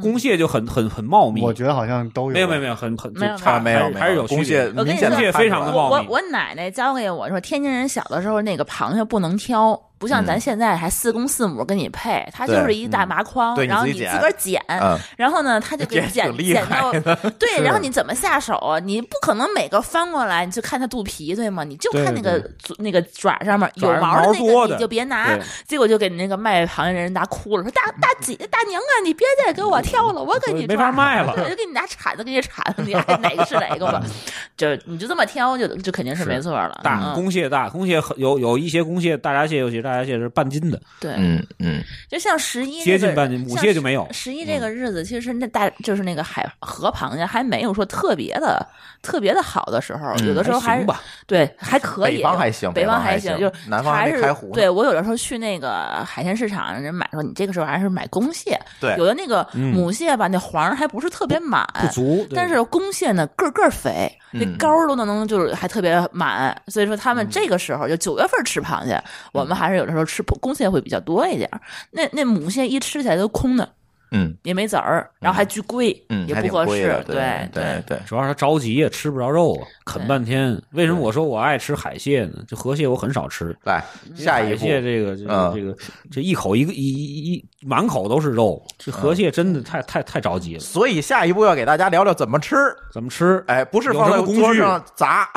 D: 公蟹就很很很茂密。
E: 我觉得好像都有。
D: 没有没有没有，很很
C: 没有
D: 就
B: 啊
D: 差
B: 没有
D: 还是还是有区
B: 公
D: 别
B: 蟹，
C: 我跟
B: 明
C: 你
B: 显
C: 说
B: 地
D: 公蟹
B: 看
D: 非
B: 出来
D: 常的
B: 了
D: 茂
C: 我我
D: 密
C: 我奶奶教给我说，天津人小的时候那个螃蟹不能挑，不
D: 嗯
C: 像咱现在还四公四母跟你配，它就
B: 对
C: 是一大麻筐，
B: 对你
C: 然后
B: 自
C: 你
B: 己
C: 自
B: 捡
C: 个儿捡，
B: 嗯
C: 然后呢，它就给
B: 也
C: 捡
B: 挺厉
C: 捡到
B: 害，
C: 对，然后你怎么下手啊？你不可能每个翻过来你就看它肚皮对吗？你就看那个嘴那个爪上面有
D: 爪上
C: 毛的
D: 毛
C: 那
D: 多
C: 个
D: 的
C: 你就别拿
D: 对，
C: 结果就给那个卖螃蟹的人拿哭了，说大大姐大娘啊，你别再给我挑了，我给你
D: 没法
C: 抓
D: 卖了
C: (laughs) 对，就给你拿铲子给你铲，你爱哪个是哪个吧。 (laughs) 就你就这么挑，就就肯定是没错了。
D: 大
C: 嗯、
D: 公蟹大，公蟹很有有一些公蟹，大闸蟹尤其是大闸蟹是半斤的，
C: 对，
B: 嗯嗯
C: 就像十一
D: 接近半斤，母蟹就没有。嗯
C: 十一这个日子，其实那大就是那个海河螃蟹还没有说特别的特别的好的时候，
B: 嗯
C: 有的时候
D: 还
C: 还
D: 行吧
C: 对还可以，
B: 北方还行
C: 北方
B: 北方还
C: 行，
B: 行
C: 就是
B: 南方还
C: 还
B: 没
C: 是
B: 开湖呢
C: 对我有的时候去那个海鲜市场，人买说你这个时候还是买公蟹，
B: 对
C: 有的那个母蟹吧，那黄儿还不是特别满，
D: 嗯不足，对
C: 哎但是公蟹呢，个儿个儿肥，那
B: 嗯
C: 膏儿都能能就是还特别满，所以说他们这个时候就九月份吃螃
B: 嗯
C: 蟹，我们还是有的时候吃公蟹会比较多一点儿。那那母蟹一吃起来都空的，
B: 嗯
C: 也没籽儿，然后还巨贵，
B: 嗯，
C: 也
B: 还
C: 不
B: 挺
C: 合
B: 贵
C: 适
B: 的，
C: 对
B: 对对，
D: 主要是它着急也吃不着肉啊，啃半天。为什么我说我爱吃海蟹呢？就河蟹我很少吃，
B: 来
C: 嗯
B: 下一
D: 海
B: 步，
D: 蟹这个这个
B: 嗯
D: 这个这一口一个一一一满口都是肉，这河蟹真的
C: 嗯
D: 太太太着急了，
B: 所以下一步要给大家聊聊怎么吃。
D: 怎么
B: (laughs)
D: 吃？
B: 哎，不是
D: 有
B: 放
D: 什
B: 在
D: 么工
B: 桌
D: 具
B: 上砸，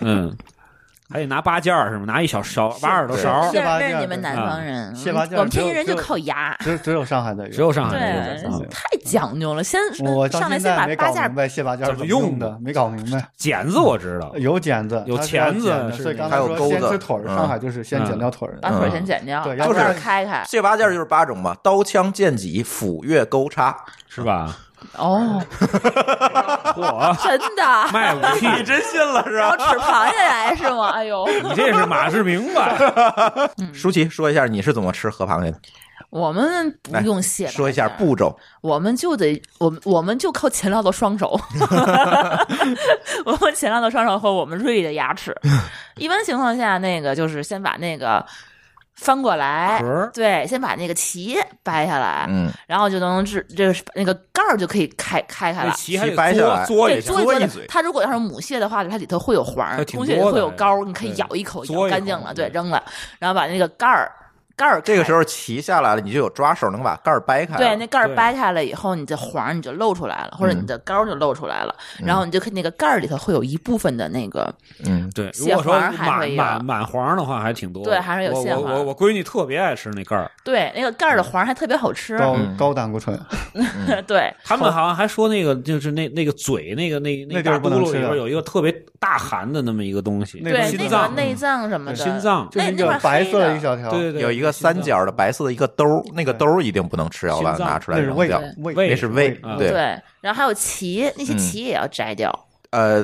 D: 嗯，还得拿八件儿是吗？拿一小小挖耳朵勺
E: 对，
C: 这
E: 蟹八
C: 这
E: 件
C: 是
E: 儿啊
C: 你们南方人，
E: 蟹八
C: 我
E: 件儿啊
C: 们天津人
E: 只
C: 就
E: 有
C: 靠牙，
E: 只只有上海的有。
D: 只有上海人
C: 对
D: 有啊，
C: 太讲究了。先
E: 我到
C: 上来
E: 现
C: 先
E: 在
C: 把
E: 没
C: 八
E: 搞
C: 件儿
E: 明白蟹八件
D: 怎么
E: 怎么
D: 用
E: 用
D: 的
E: 的，没搞明
D: (laughs)
E: 白。
D: 剪子我知
C: 哎
D: 道，
E: 有剪子，
D: 有
E: 它是要
D: 钳子
E: 剪的
D: 是
E: 所以
D: 那
E: 刚
D: 个
B: 还
E: 才
B: 有
E: 说
B: 钩
E: 先
B: 子
E: 吃腿儿，
B: 嗯
E: 上海就是先剪掉腿儿。
C: 把腿儿先剪掉，
E: 对
C: 把
E: 要
C: 腿
E: 不
C: 儿
E: 然
C: 开开。
B: 这八件儿就是八种嘛：刀、枪、剑、戟、斧、钺、钩、叉。
D: 是吧？
C: 哦，
D: 我。
C: 真的 (laughs)
D: 卖武器，
B: 你真信了是
C: 要
B: 吧？
C: 吃螃蟹来是吗？哎呦，
D: 你这是马志明吧？
C: (laughs)
B: 舒淇说一下你是怎么吃河螃蟹的，
C: 我们不
B: 来
C: 用蟹，
B: 说一下步骤。
C: 我们就得，我们我们就靠勤劳的双手，我们勤劳的双手和我们锐利的牙齿。一般情况下，那个就是先把那个翻过来
D: 壳，儿
C: 对，先把那个鳍掰下来，
B: 嗯，
C: 然后就能治这个是那个盖儿就可以开开开
D: 那
C: 了。
D: 棋还得
B: 棋掰下来
D: 嘬嘬
C: 对，
D: 一下，
C: 嘬
B: 嘬一
C: 嘬
B: 嘴
C: 的。它如果要是母蟹的话，它里头会有黄
D: 还
C: 儿，
D: 挺
C: 公
D: 多
C: 蟹
D: 的
C: 会有膏儿，你可以
D: 对
C: 咬一口，
D: 嘬
C: 咬
D: 一
C: 干
D: 口
C: 净了，
D: 对
C: 对，扔了，然后把那个盖儿盖儿
B: 这个
C: 开
B: 时候鳍下来了，你就有抓手能把盖儿掰开了。
C: 对，那盖儿
D: 对
C: 掰开了以后，你的黄儿你就露出来了，或
E: 嗯
C: 者你的膏儿就露出来了，然后你就看那个盖儿里头会有一部分的那个，
B: 嗯，
D: 对，如
C: 蟹
D: 果说
C: 黄还
D: 满
C: 会有
D: 满满黄的话，还挺多的。
C: 对还是有蟹
D: 我
C: 黄
D: 我我我闺女特别爱吃那盖儿，
C: 对，那个盖儿的黄儿还特别好吃，
E: 嗯高
B: 嗯
E: 高胆固醇，
C: 对，
D: 他们好像还说那个就是那那个嘴那个那
E: 那地
D: 大
E: 儿
D: 嘟
E: 不能
D: 噜里
E: 吃的
B: 啊
D: 边有一个特别大寒的那么一个东西，
E: 那
C: 对
E: 种
C: 那
D: 心
C: 个
D: 脏
C: 内脏什么的，
D: 嗯
E: 对
D: 心脏
E: 就
C: 那
E: 是一
C: 那块
E: 个
C: 儿
E: 白
C: 黑
E: 色
C: 的
E: 一小条，
D: 对对对，
B: 啊有一个三角的白色的一个兜儿，那个兜儿一定不能吃，要把它
D: 心脏
B: 拿出来
E: 那是
B: 扔
E: 胃
B: 掉。
E: 胃
D: 胃
B: 那是胃
D: 啊，
C: 对，然后还有鳍，那些
B: 嗯
C: 鳍也要摘掉，
B: 呃，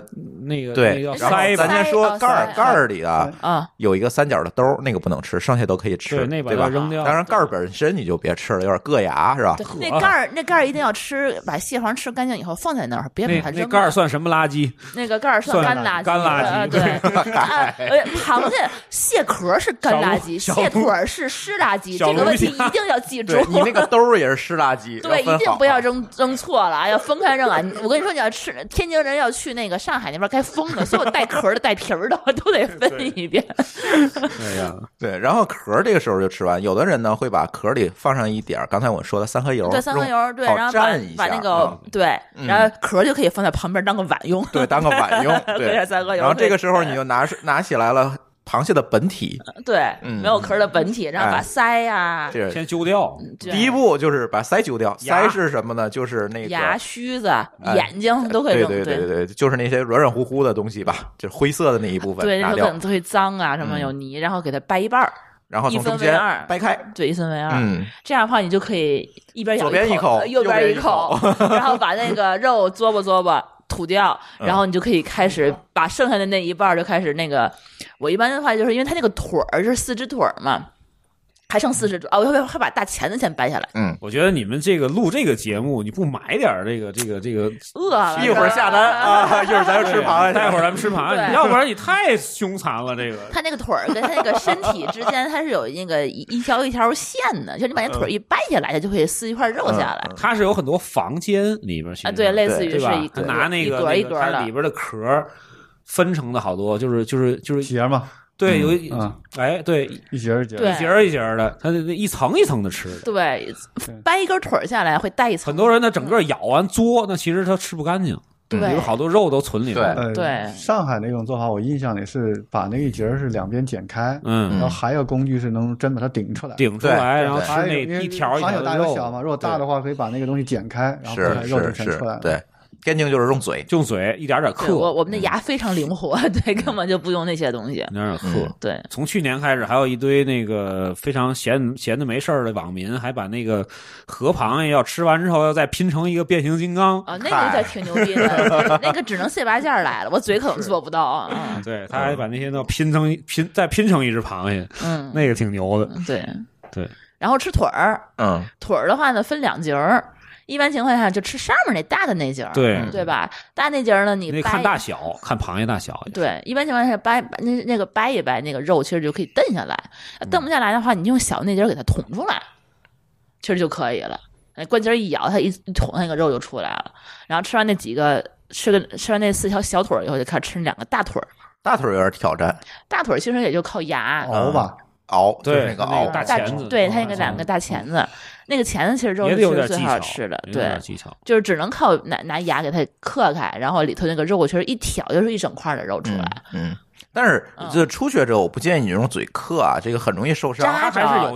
D: 那个那
B: 对，
D: 个
B: 然
D: 叫
C: 哎
B: 后
D: 腮
B: 咱
D: 吧，
B: 先说
C: 腮
B: 盖儿
C: 哦
B: 盖儿里啊，
C: 啊，
B: 有一个三角的兜儿，那个不能吃，剩下都可以吃，
D: 对，那把
B: 对吧
D: 它？扔掉。
B: 当然，盖儿本身你就别吃了，有点硌牙是吧？
C: 对，
D: 啊
C: 那盖儿那盖儿一定要吃，把蟹黄吃干净以后放在那儿，别把它
D: 那
C: 扔
D: 那
C: 了。
D: 盖儿算什么垃圾？
C: 那个盖儿算
D: 算
C: 干垃圾，
D: 干垃圾
C: 呃对，啊呃，螃蟹蟹壳是干垃圾，
D: 小龙
C: 蟹腿是湿垃圾，
D: 小
C: 这
D: 龙
C: 个问题
D: 虾
C: 一定要
B: (laughs)
C: 记住
B: 对。
C: (laughs)
B: 你那个兜儿也是湿垃圾，
C: 对，
B: 分
C: 一定
B: 好
C: 不要
B: 啊
C: 扔扔错了啊！要分开扔啊！你我跟你说，你要吃天津人要去那个上海那边，该疯了，所有带壳的、带皮儿的都得分一遍。
D: 哎呀，
B: 对，然后壳儿这个时候就吃完。有的人呢会把壳儿里放上一点儿刚才我说的三合油，
C: 对，三合油，对，
B: 好
C: 然后把
B: 蘸一
C: 把
B: 下
C: 那个
B: 嗯
C: 对，然后壳就可以放在旁边当个碗用。。
B: 对当个碗用
C: (laughs) 对
B: 对，
C: 三合油
B: 然后这
C: 对
B: 个时候你就拿出拿起来了螃蟹的本体，
C: 对，
B: 嗯
C: 没有壳的本体，然后把
B: 哎
C: 腮呀，
B: 这
D: 先揪掉。
C: 这
B: 第一步就是把鳃揪掉。
D: 牙
B: 鳃是什么呢？就是那个啊
C: 牙须子、眼睛都可以
B: 对
C: 扔，
B: 对对对，就是那些软软乎乎的东西吧，就是灰色的那一部分
C: 对，
B: 拿
C: 那时候可
B: 掉
C: 能，特别脏啊，什么
B: 嗯
C: 有泥，然后给它掰一半儿，
B: 然后
C: 一
B: 从
C: 分
B: 中
C: 为
B: 间
C: 二，啊
B: 掰开，
C: 对，一分为二。
B: 嗯，
C: 这样的话，你就可以一边咬
B: 左边
C: 一
B: 一口
C: 呃右
B: 右
C: 边
B: 边
C: 一
B: 一口
C: 然后把那个肉嘬吧嘬吧吐掉，
B: 嗯
C: 然后你就可以开始把剩下的那一半儿就开始那个。我一般的话，就是因为它那个腿儿就是四只腿儿嘛，还剩四只腿啊，我要不要还把大钳子先掰下来？
D: 我觉得你们这个录这个节目，你不买点儿这个这个这个，
C: 饿了，
B: 一会儿下单啊，一会儿咱就吃螃蟹去，
D: 待会儿咱们吃螃蟹，
C: 对
D: 要不然你太凶残了。这个
C: 它那个腿儿跟它那个身体之间，它是有那个一一条一条线的，就你把那腿儿一掰下来，它就可以撕一块肉下来。
D: 它是有很多房间里边其实
C: 啊，对，类似于
D: 对
C: 是
D: 吧
C: 一？个
D: 它拿那
C: 一
D: 个
C: 朵
D: 那
C: 一
D: 个
C: 朵
D: 它
C: 的
D: 里，边的壳儿分成的好多，就是就是就是
E: 节嘛，
D: 对，
B: 嗯
D: 有一
E: 嗯
D: 哎对，
E: 一节是节，
C: 对
D: 一节儿一节儿的，它那一层一层的吃的。
C: 对，掰一根腿儿下来会带一层。
D: 很多人他整个咬完嘬，那其实他吃不干净，
C: 对
D: 有好多肉都存里边。
B: 对
E: 呃，
C: 对
E: 上海那种做法，我印象里是把那一节儿是两边剪开，然
D: 嗯，
E: 后还有工具是能真把它顶出来。
D: 顶出
B: 对
D: 来，然后吃
E: 还有
D: 那
E: 因为
D: 一条一
E: 螃
D: 条
E: 蟹有大
D: 的
E: 有
D: 肉。
E: 小嘛，如果大的话可以把那个东西剪开，然后把它
B: 是
E: 肉就
B: 是
E: 全
B: 是
E: 出来了，。
B: 对，干净就是用嘴，
D: 就用嘴一点点
C: 对我
D: 嗑，
C: 我们的牙非常灵活，对，
D: 嗯
C: 根本就不用那些东西
D: 一。点点
B: 嗯
D: 嗑。
C: 对，
D: 从去年开始，还有一堆那个非常闲闲的没事儿的网民，还把那个河螃蟹要吃完之后，要再拼成一个变形金刚。
C: 啊，那个就挺牛逼的，那个只能卸八件儿来了，我嘴可能做不到啊。
D: 对，他还把那些都拼成一拼，再拼成一只螃蟹，
C: 嗯，
D: 那个挺牛的。
C: 嗯对
D: 对。
C: 然后吃腿儿，
B: 嗯，
C: 腿儿的话呢，分两节儿，一般情况下就吃上面那大的那节儿，
D: 对
C: 对吧？大那节儿呢，你
D: 那
C: 掰
D: 看大小，看螃蟹大小。
C: 对，一般情况下掰把那那个掰一掰，那个肉其实就可以蹬下来，
D: 嗯
C: 蹬不下来的话，你用小那节儿给它捅出来，其实就可以了。哎关节一咬，它一一捅，它那个肉就出来了。然后吃完那几个，吃个吃完那四条小腿儿以后，就开始吃两个大腿儿。
B: 大腿有点挑战，
C: 大腿儿其实也就靠牙，嗯
E: 熬吧，
B: 熬就是
D: 对，
B: 那个
D: 那
B: 熬
D: 个，哦大
C: 大
D: 钳子，哦
C: 对它那个两个大钳子，那个钳子其实肉
D: 也
C: 是
D: 得有
C: 其
D: 点
C: 实
D: 技
C: 最
D: 巧，嗯
C: 好吃的，
D: 有
C: 对
D: 点，技巧。
C: 就是只能靠拿拿牙给它刻开，然后里头那个肉其实一挑就是一整块的肉出来，
B: 嗯。嗯但是
C: 嗯
B: 这初学者，我不建议你用嘴嗑啊，这个很容易受伤。啊
C: 扎
D: 它还是有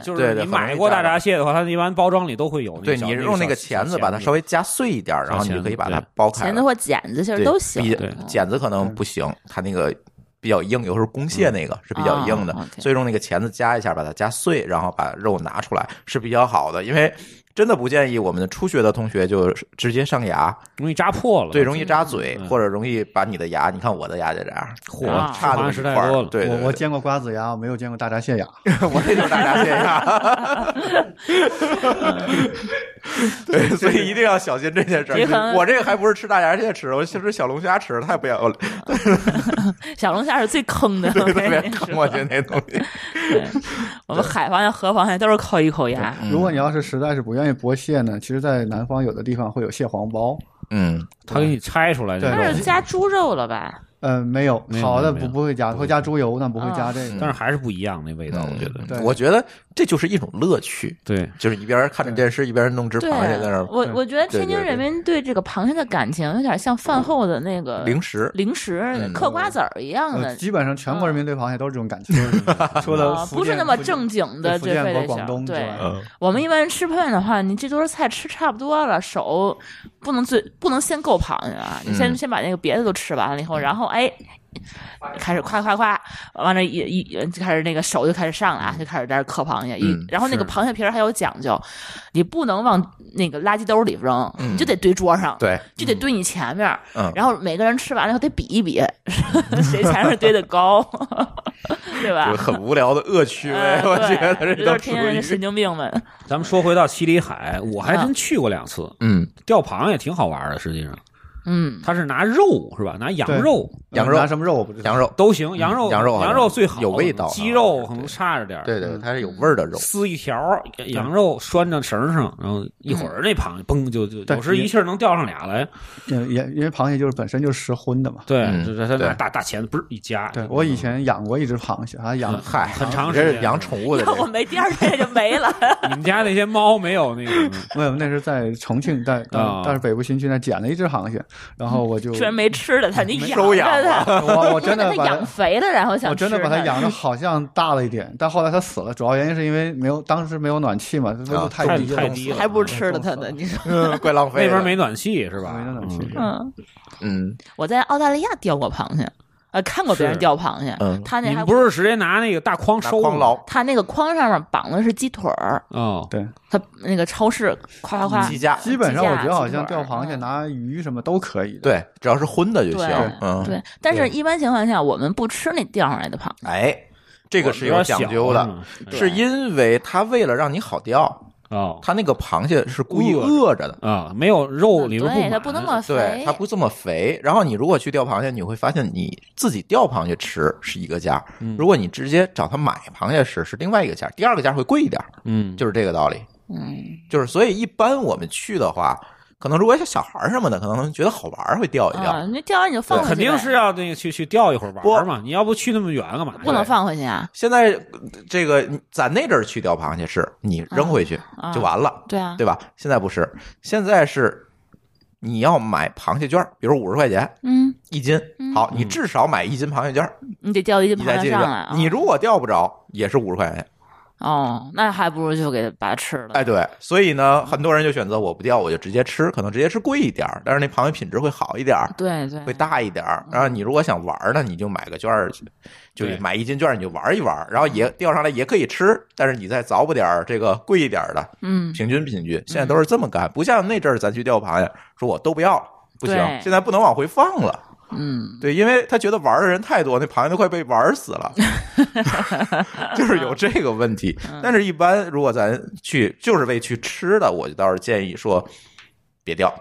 C: 对
D: 子，就是
B: 对
D: 你
B: 对
D: 买过大闸蟹的话，它一般包装里都会有那
B: 对
D: 个
B: 你
D: 小。
B: 用那
D: 那
B: 个钳子把它稍
D: 微
B: 微夹碎一点，然后你就可以把它剥开了。
C: 钳子或剪子其实
B: 对
C: 都嗯行
B: 比。
D: 对
B: 剪子可能不行，它那个比较硬，有时候公蟹那个是比较硬的
C: 哦，，OK
B: 所以用那个钳子夹一下，把它夹碎，然后把肉拿出来是比较好的，因为。真的不建议我们的初学的同学就直接上牙，
D: 容易扎破了，
B: 对，容易扎嘴，
D: 嗯
B: 或者容易把你的牙，你看我的牙就这样，
D: 嚯
B: 然后差
D: 吃
B: 的
D: 螃蟹太多了
B: 对，对
E: 我我
B: 对
E: 见过瓜子牙，我没有见过大闸蟹牙。
B: 我这就是大闸蟹呀。 (laughs) 对，所以一定要小心这件事
C: 平衡
B: 儿。我这个还不是吃大闸蟹吃的，我是吃小龙虾吃的，太不要脸， (laughs)
C: 小龙虾是最坑的， (laughs)
B: 对，
C: 我
B: 特
C: 跟
B: 别
C: 你
B: 坑。
C: 说
B: 我觉得那东西，
C: 我们海螃蟹、河螃蟹都是靠一口牙。
B: 嗯
E: 如果你要是实在是不愿意剥蟹呢，其实，在南方有的地方会有蟹黄包，
B: 嗯，
D: 它给你拆出来那
E: 对
C: 它
D: 种。
C: 是加猪肉了吧？
E: 嗯，没有
D: 没，有
E: 好的
D: 没有
E: 不不会加，会加猪油，但不会加这
D: 但
E: 个。
D: 是还是不一样那味道，我
B: 嗯
D: 觉得。
E: 对
B: 我觉得这就是一种乐趣，
D: 对，
B: 就是一边看着电视一边弄只
C: 对
B: 螃蟹在那
C: 啊，
B: 儿嗯
C: 我我觉得
B: 对
C: 天津
B: 对对嗯
C: 人民对这个螃蟹的感情有点像饭后的那个
B: 零食。
C: 零食
B: 嗯
C: 嗑瓜子儿一样
E: 呃，
C: 的，
E: 基本上全国人民对螃蟹都是这种感觉，除了
C: 啊，
E: 福
C: 不是
E: 建
C: 那么
E: 福建
C: 正经的，
E: 福
C: 这
E: 建
C: 非
E: 和
C: 得
E: 广
C: 想
E: 东之
C: 对
E: 外，
B: 嗯
C: 我们一般吃饭的话，你这桌菜吃差不多了，手不能最不能先够螃蟹啊，你先、
B: 嗯
C: 先把那个别的都吃完了以后，然后哎，开始夸夸夸，完了一一就开始那个手就开始上了啊，就开始在这嗑螃蟹，一
B: 嗯
C: 然后那个
B: 是
C: 螃蟹皮儿还有讲究，你不能往那个垃圾兜里扔，你就得堆桌上，
B: 嗯
C: (laughs)
B: 对，
C: 就得堆你前面儿，
B: 嗯
C: 然后每个人吃完了以后得比一比， (laughs) 谁前面堆的
B: (laughs)
C: 高，对吧
B: 就？很无聊的恶趣味，
C: 嗯
B: (laughs) 我
C: 啊对
B: 觉得
C: 这
B: 这
C: 都
B: 都
C: 是
B: 属
C: 天津人的
B: 于
C: 神经病们。
D: 咱们说回到七里海，我还真去过两次，
B: 嗯
D: 钓螃蟹挺好玩的。实际上，
C: 嗯，
D: 它是拿肉是吧？拿羊
E: 对
D: 肉
B: 羊肉
E: 拿什么肉我不知道。
B: 羊肉，
D: 都行，羊肉
B: 嗯羊肉好
D: 羊肉最好，
B: 有味道啊
D: 鸡肉可能差着点儿
B: 对对，
C: 嗯
B: 它是有味儿的肉，
D: 撕一条儿羊肉拴到绳上，然后
B: 嗯
D: 一会儿那螃蟹嘣就就
E: 对
D: 有时一气儿能钓上俩来。
E: 嗯，也因为螃蟹就是本身就是食荤的嘛。
D: 对，
B: 嗯
D: 就是它拿
B: 对
D: 大大钳子嘣儿一夹。嗯
E: 对我以前养过一只螃蟹，还
B: (laughs)
E: 养
B: 嗨，
D: 很长
B: 你
D: 时
B: 这
D: 间
B: 是养宠物的
C: 要
B: 这
C: (laughs) 我
B: 个，
C: 没第二天就没了。 (laughs)
D: 你们家那些猫没有
B: (laughs)
D: 那个吗
E: 没有，那是在重庆，在
D: 啊
E: 当当时北部新区那捡了一只螃蟹，然后我就
C: 居然没吃的它，你养
B: 收养
C: 着它，
E: (laughs) 我我真
C: (laughs)
E: 的
C: 你把
E: 把
C: 它
E: 它
C: 养肥了，然后想
E: 我真的
C: 吃
E: 把它
C: 它
E: 养的好像大了一点，但后来它死了，主要原因是因为没有当时没有暖气嘛，温
B: 啊
E: 度
D: 太
E: 低了，
D: 太低了
C: 还不如吃了它呢。
E: 冻死
C: 你说，
B: 嗯怪浪
D: 那
B: 费的。
D: 边没暖气是吧？
E: 没暖气
D: 嗯
C: 嗯，
B: 嗯，
C: 我在澳大利亚钓过螃蟹，呃，看过别人
D: 是
C: 钓螃蟹，
B: 嗯
C: 他那
D: 你
C: 还
D: 们不是直接拿那个大筐
B: 拿
D: 收
B: 筐
D: 吗
B: 捞
C: 他那个筐上面绑的是鸡腿儿，
D: 哦，
E: 对，
C: 他那个超市夸夸夸
B: 鸡，架，
E: 基本上我觉得好像
C: 鸡架
E: 钓螃蟹
C: 嗯
E: 拿鱼什么都可以的。
B: 对，只要是荤的就行
C: 对。
B: 嗯，
C: 对，但是一般情况下我们不吃那钓上来的螃蟹，
B: 哎，这个是有讲究
D: 有点
B: 的
D: 小，啊
C: 对
B: 是因为它为了让你好钓，
D: 哦
B: 它那个螃蟹是故意
D: 饿
B: 饿
D: 着
B: 着的。
D: 啊，没有肉里边
C: 嗯对，它
D: 满
C: 不那么肥
B: 对，，它不这么肥。然后你如果去钓螃蟹，你会发现你自己钓螃蟹吃是一个价，
D: 嗯
B: 如果你直接找他买螃蟹吃是另外一个价，第二个价会贵一点，
D: 嗯，
B: 就是这个道理。
C: 嗯，
B: 就是所以一般我们去的话，可能如果像小孩儿什么的，可能觉得好玩儿会钓一钓。
C: 啊，那钓完你就放回去呗，
D: 肯定是要那个去去钓一会儿玩儿嘛。你要不去那么远干嘛去？
C: 不能放回去啊，
B: 现在呃这个咱那阵儿去钓螃蟹是你扔回去
C: 啊
B: 就完了，
C: 对啊，
B: 对吧？现在不是，现在是你要买螃蟹券儿，比如五十块钱
C: 嗯，
B: 一斤，
C: 嗯
B: 好，你至少买一斤螃蟹券儿，
C: 你得钓一斤
B: 你再
C: 螃
B: 进
C: 蟹
B: 去
C: 上来啊，，
B: 你如果钓不着也是五十块钱。
C: 哦，那还不如就给它把它吃了，
B: 哎，对，所以呢，很多人就选择我不钓，我就直接吃，可能直接吃贵一点儿，但是那螃蟹品质会好一点儿。
C: 对对，
B: 会大一点儿，然后你如果想玩儿呢，你就买个券儿去，就
D: 对
B: 买一斤券儿你就玩一玩儿，然后
C: 嗯
B: 也钓上来也可以吃，但是你再凿吧点儿这个贵一点儿的，
C: 嗯，
B: 平均平均，现在都是这么干，不像那阵儿咱去钓螃蟹，说我都不要了，不行
C: 对，
B: 现在不能往回放了。
C: 嗯，
B: 对，因为他觉得玩儿的人太多，那螃蟹都快被玩儿死
C: (laughs)
B: 了，就是有这个问题。
C: 嗯
B: 但是，一般如果咱去就是为去吃的，我就倒是建议说别钓，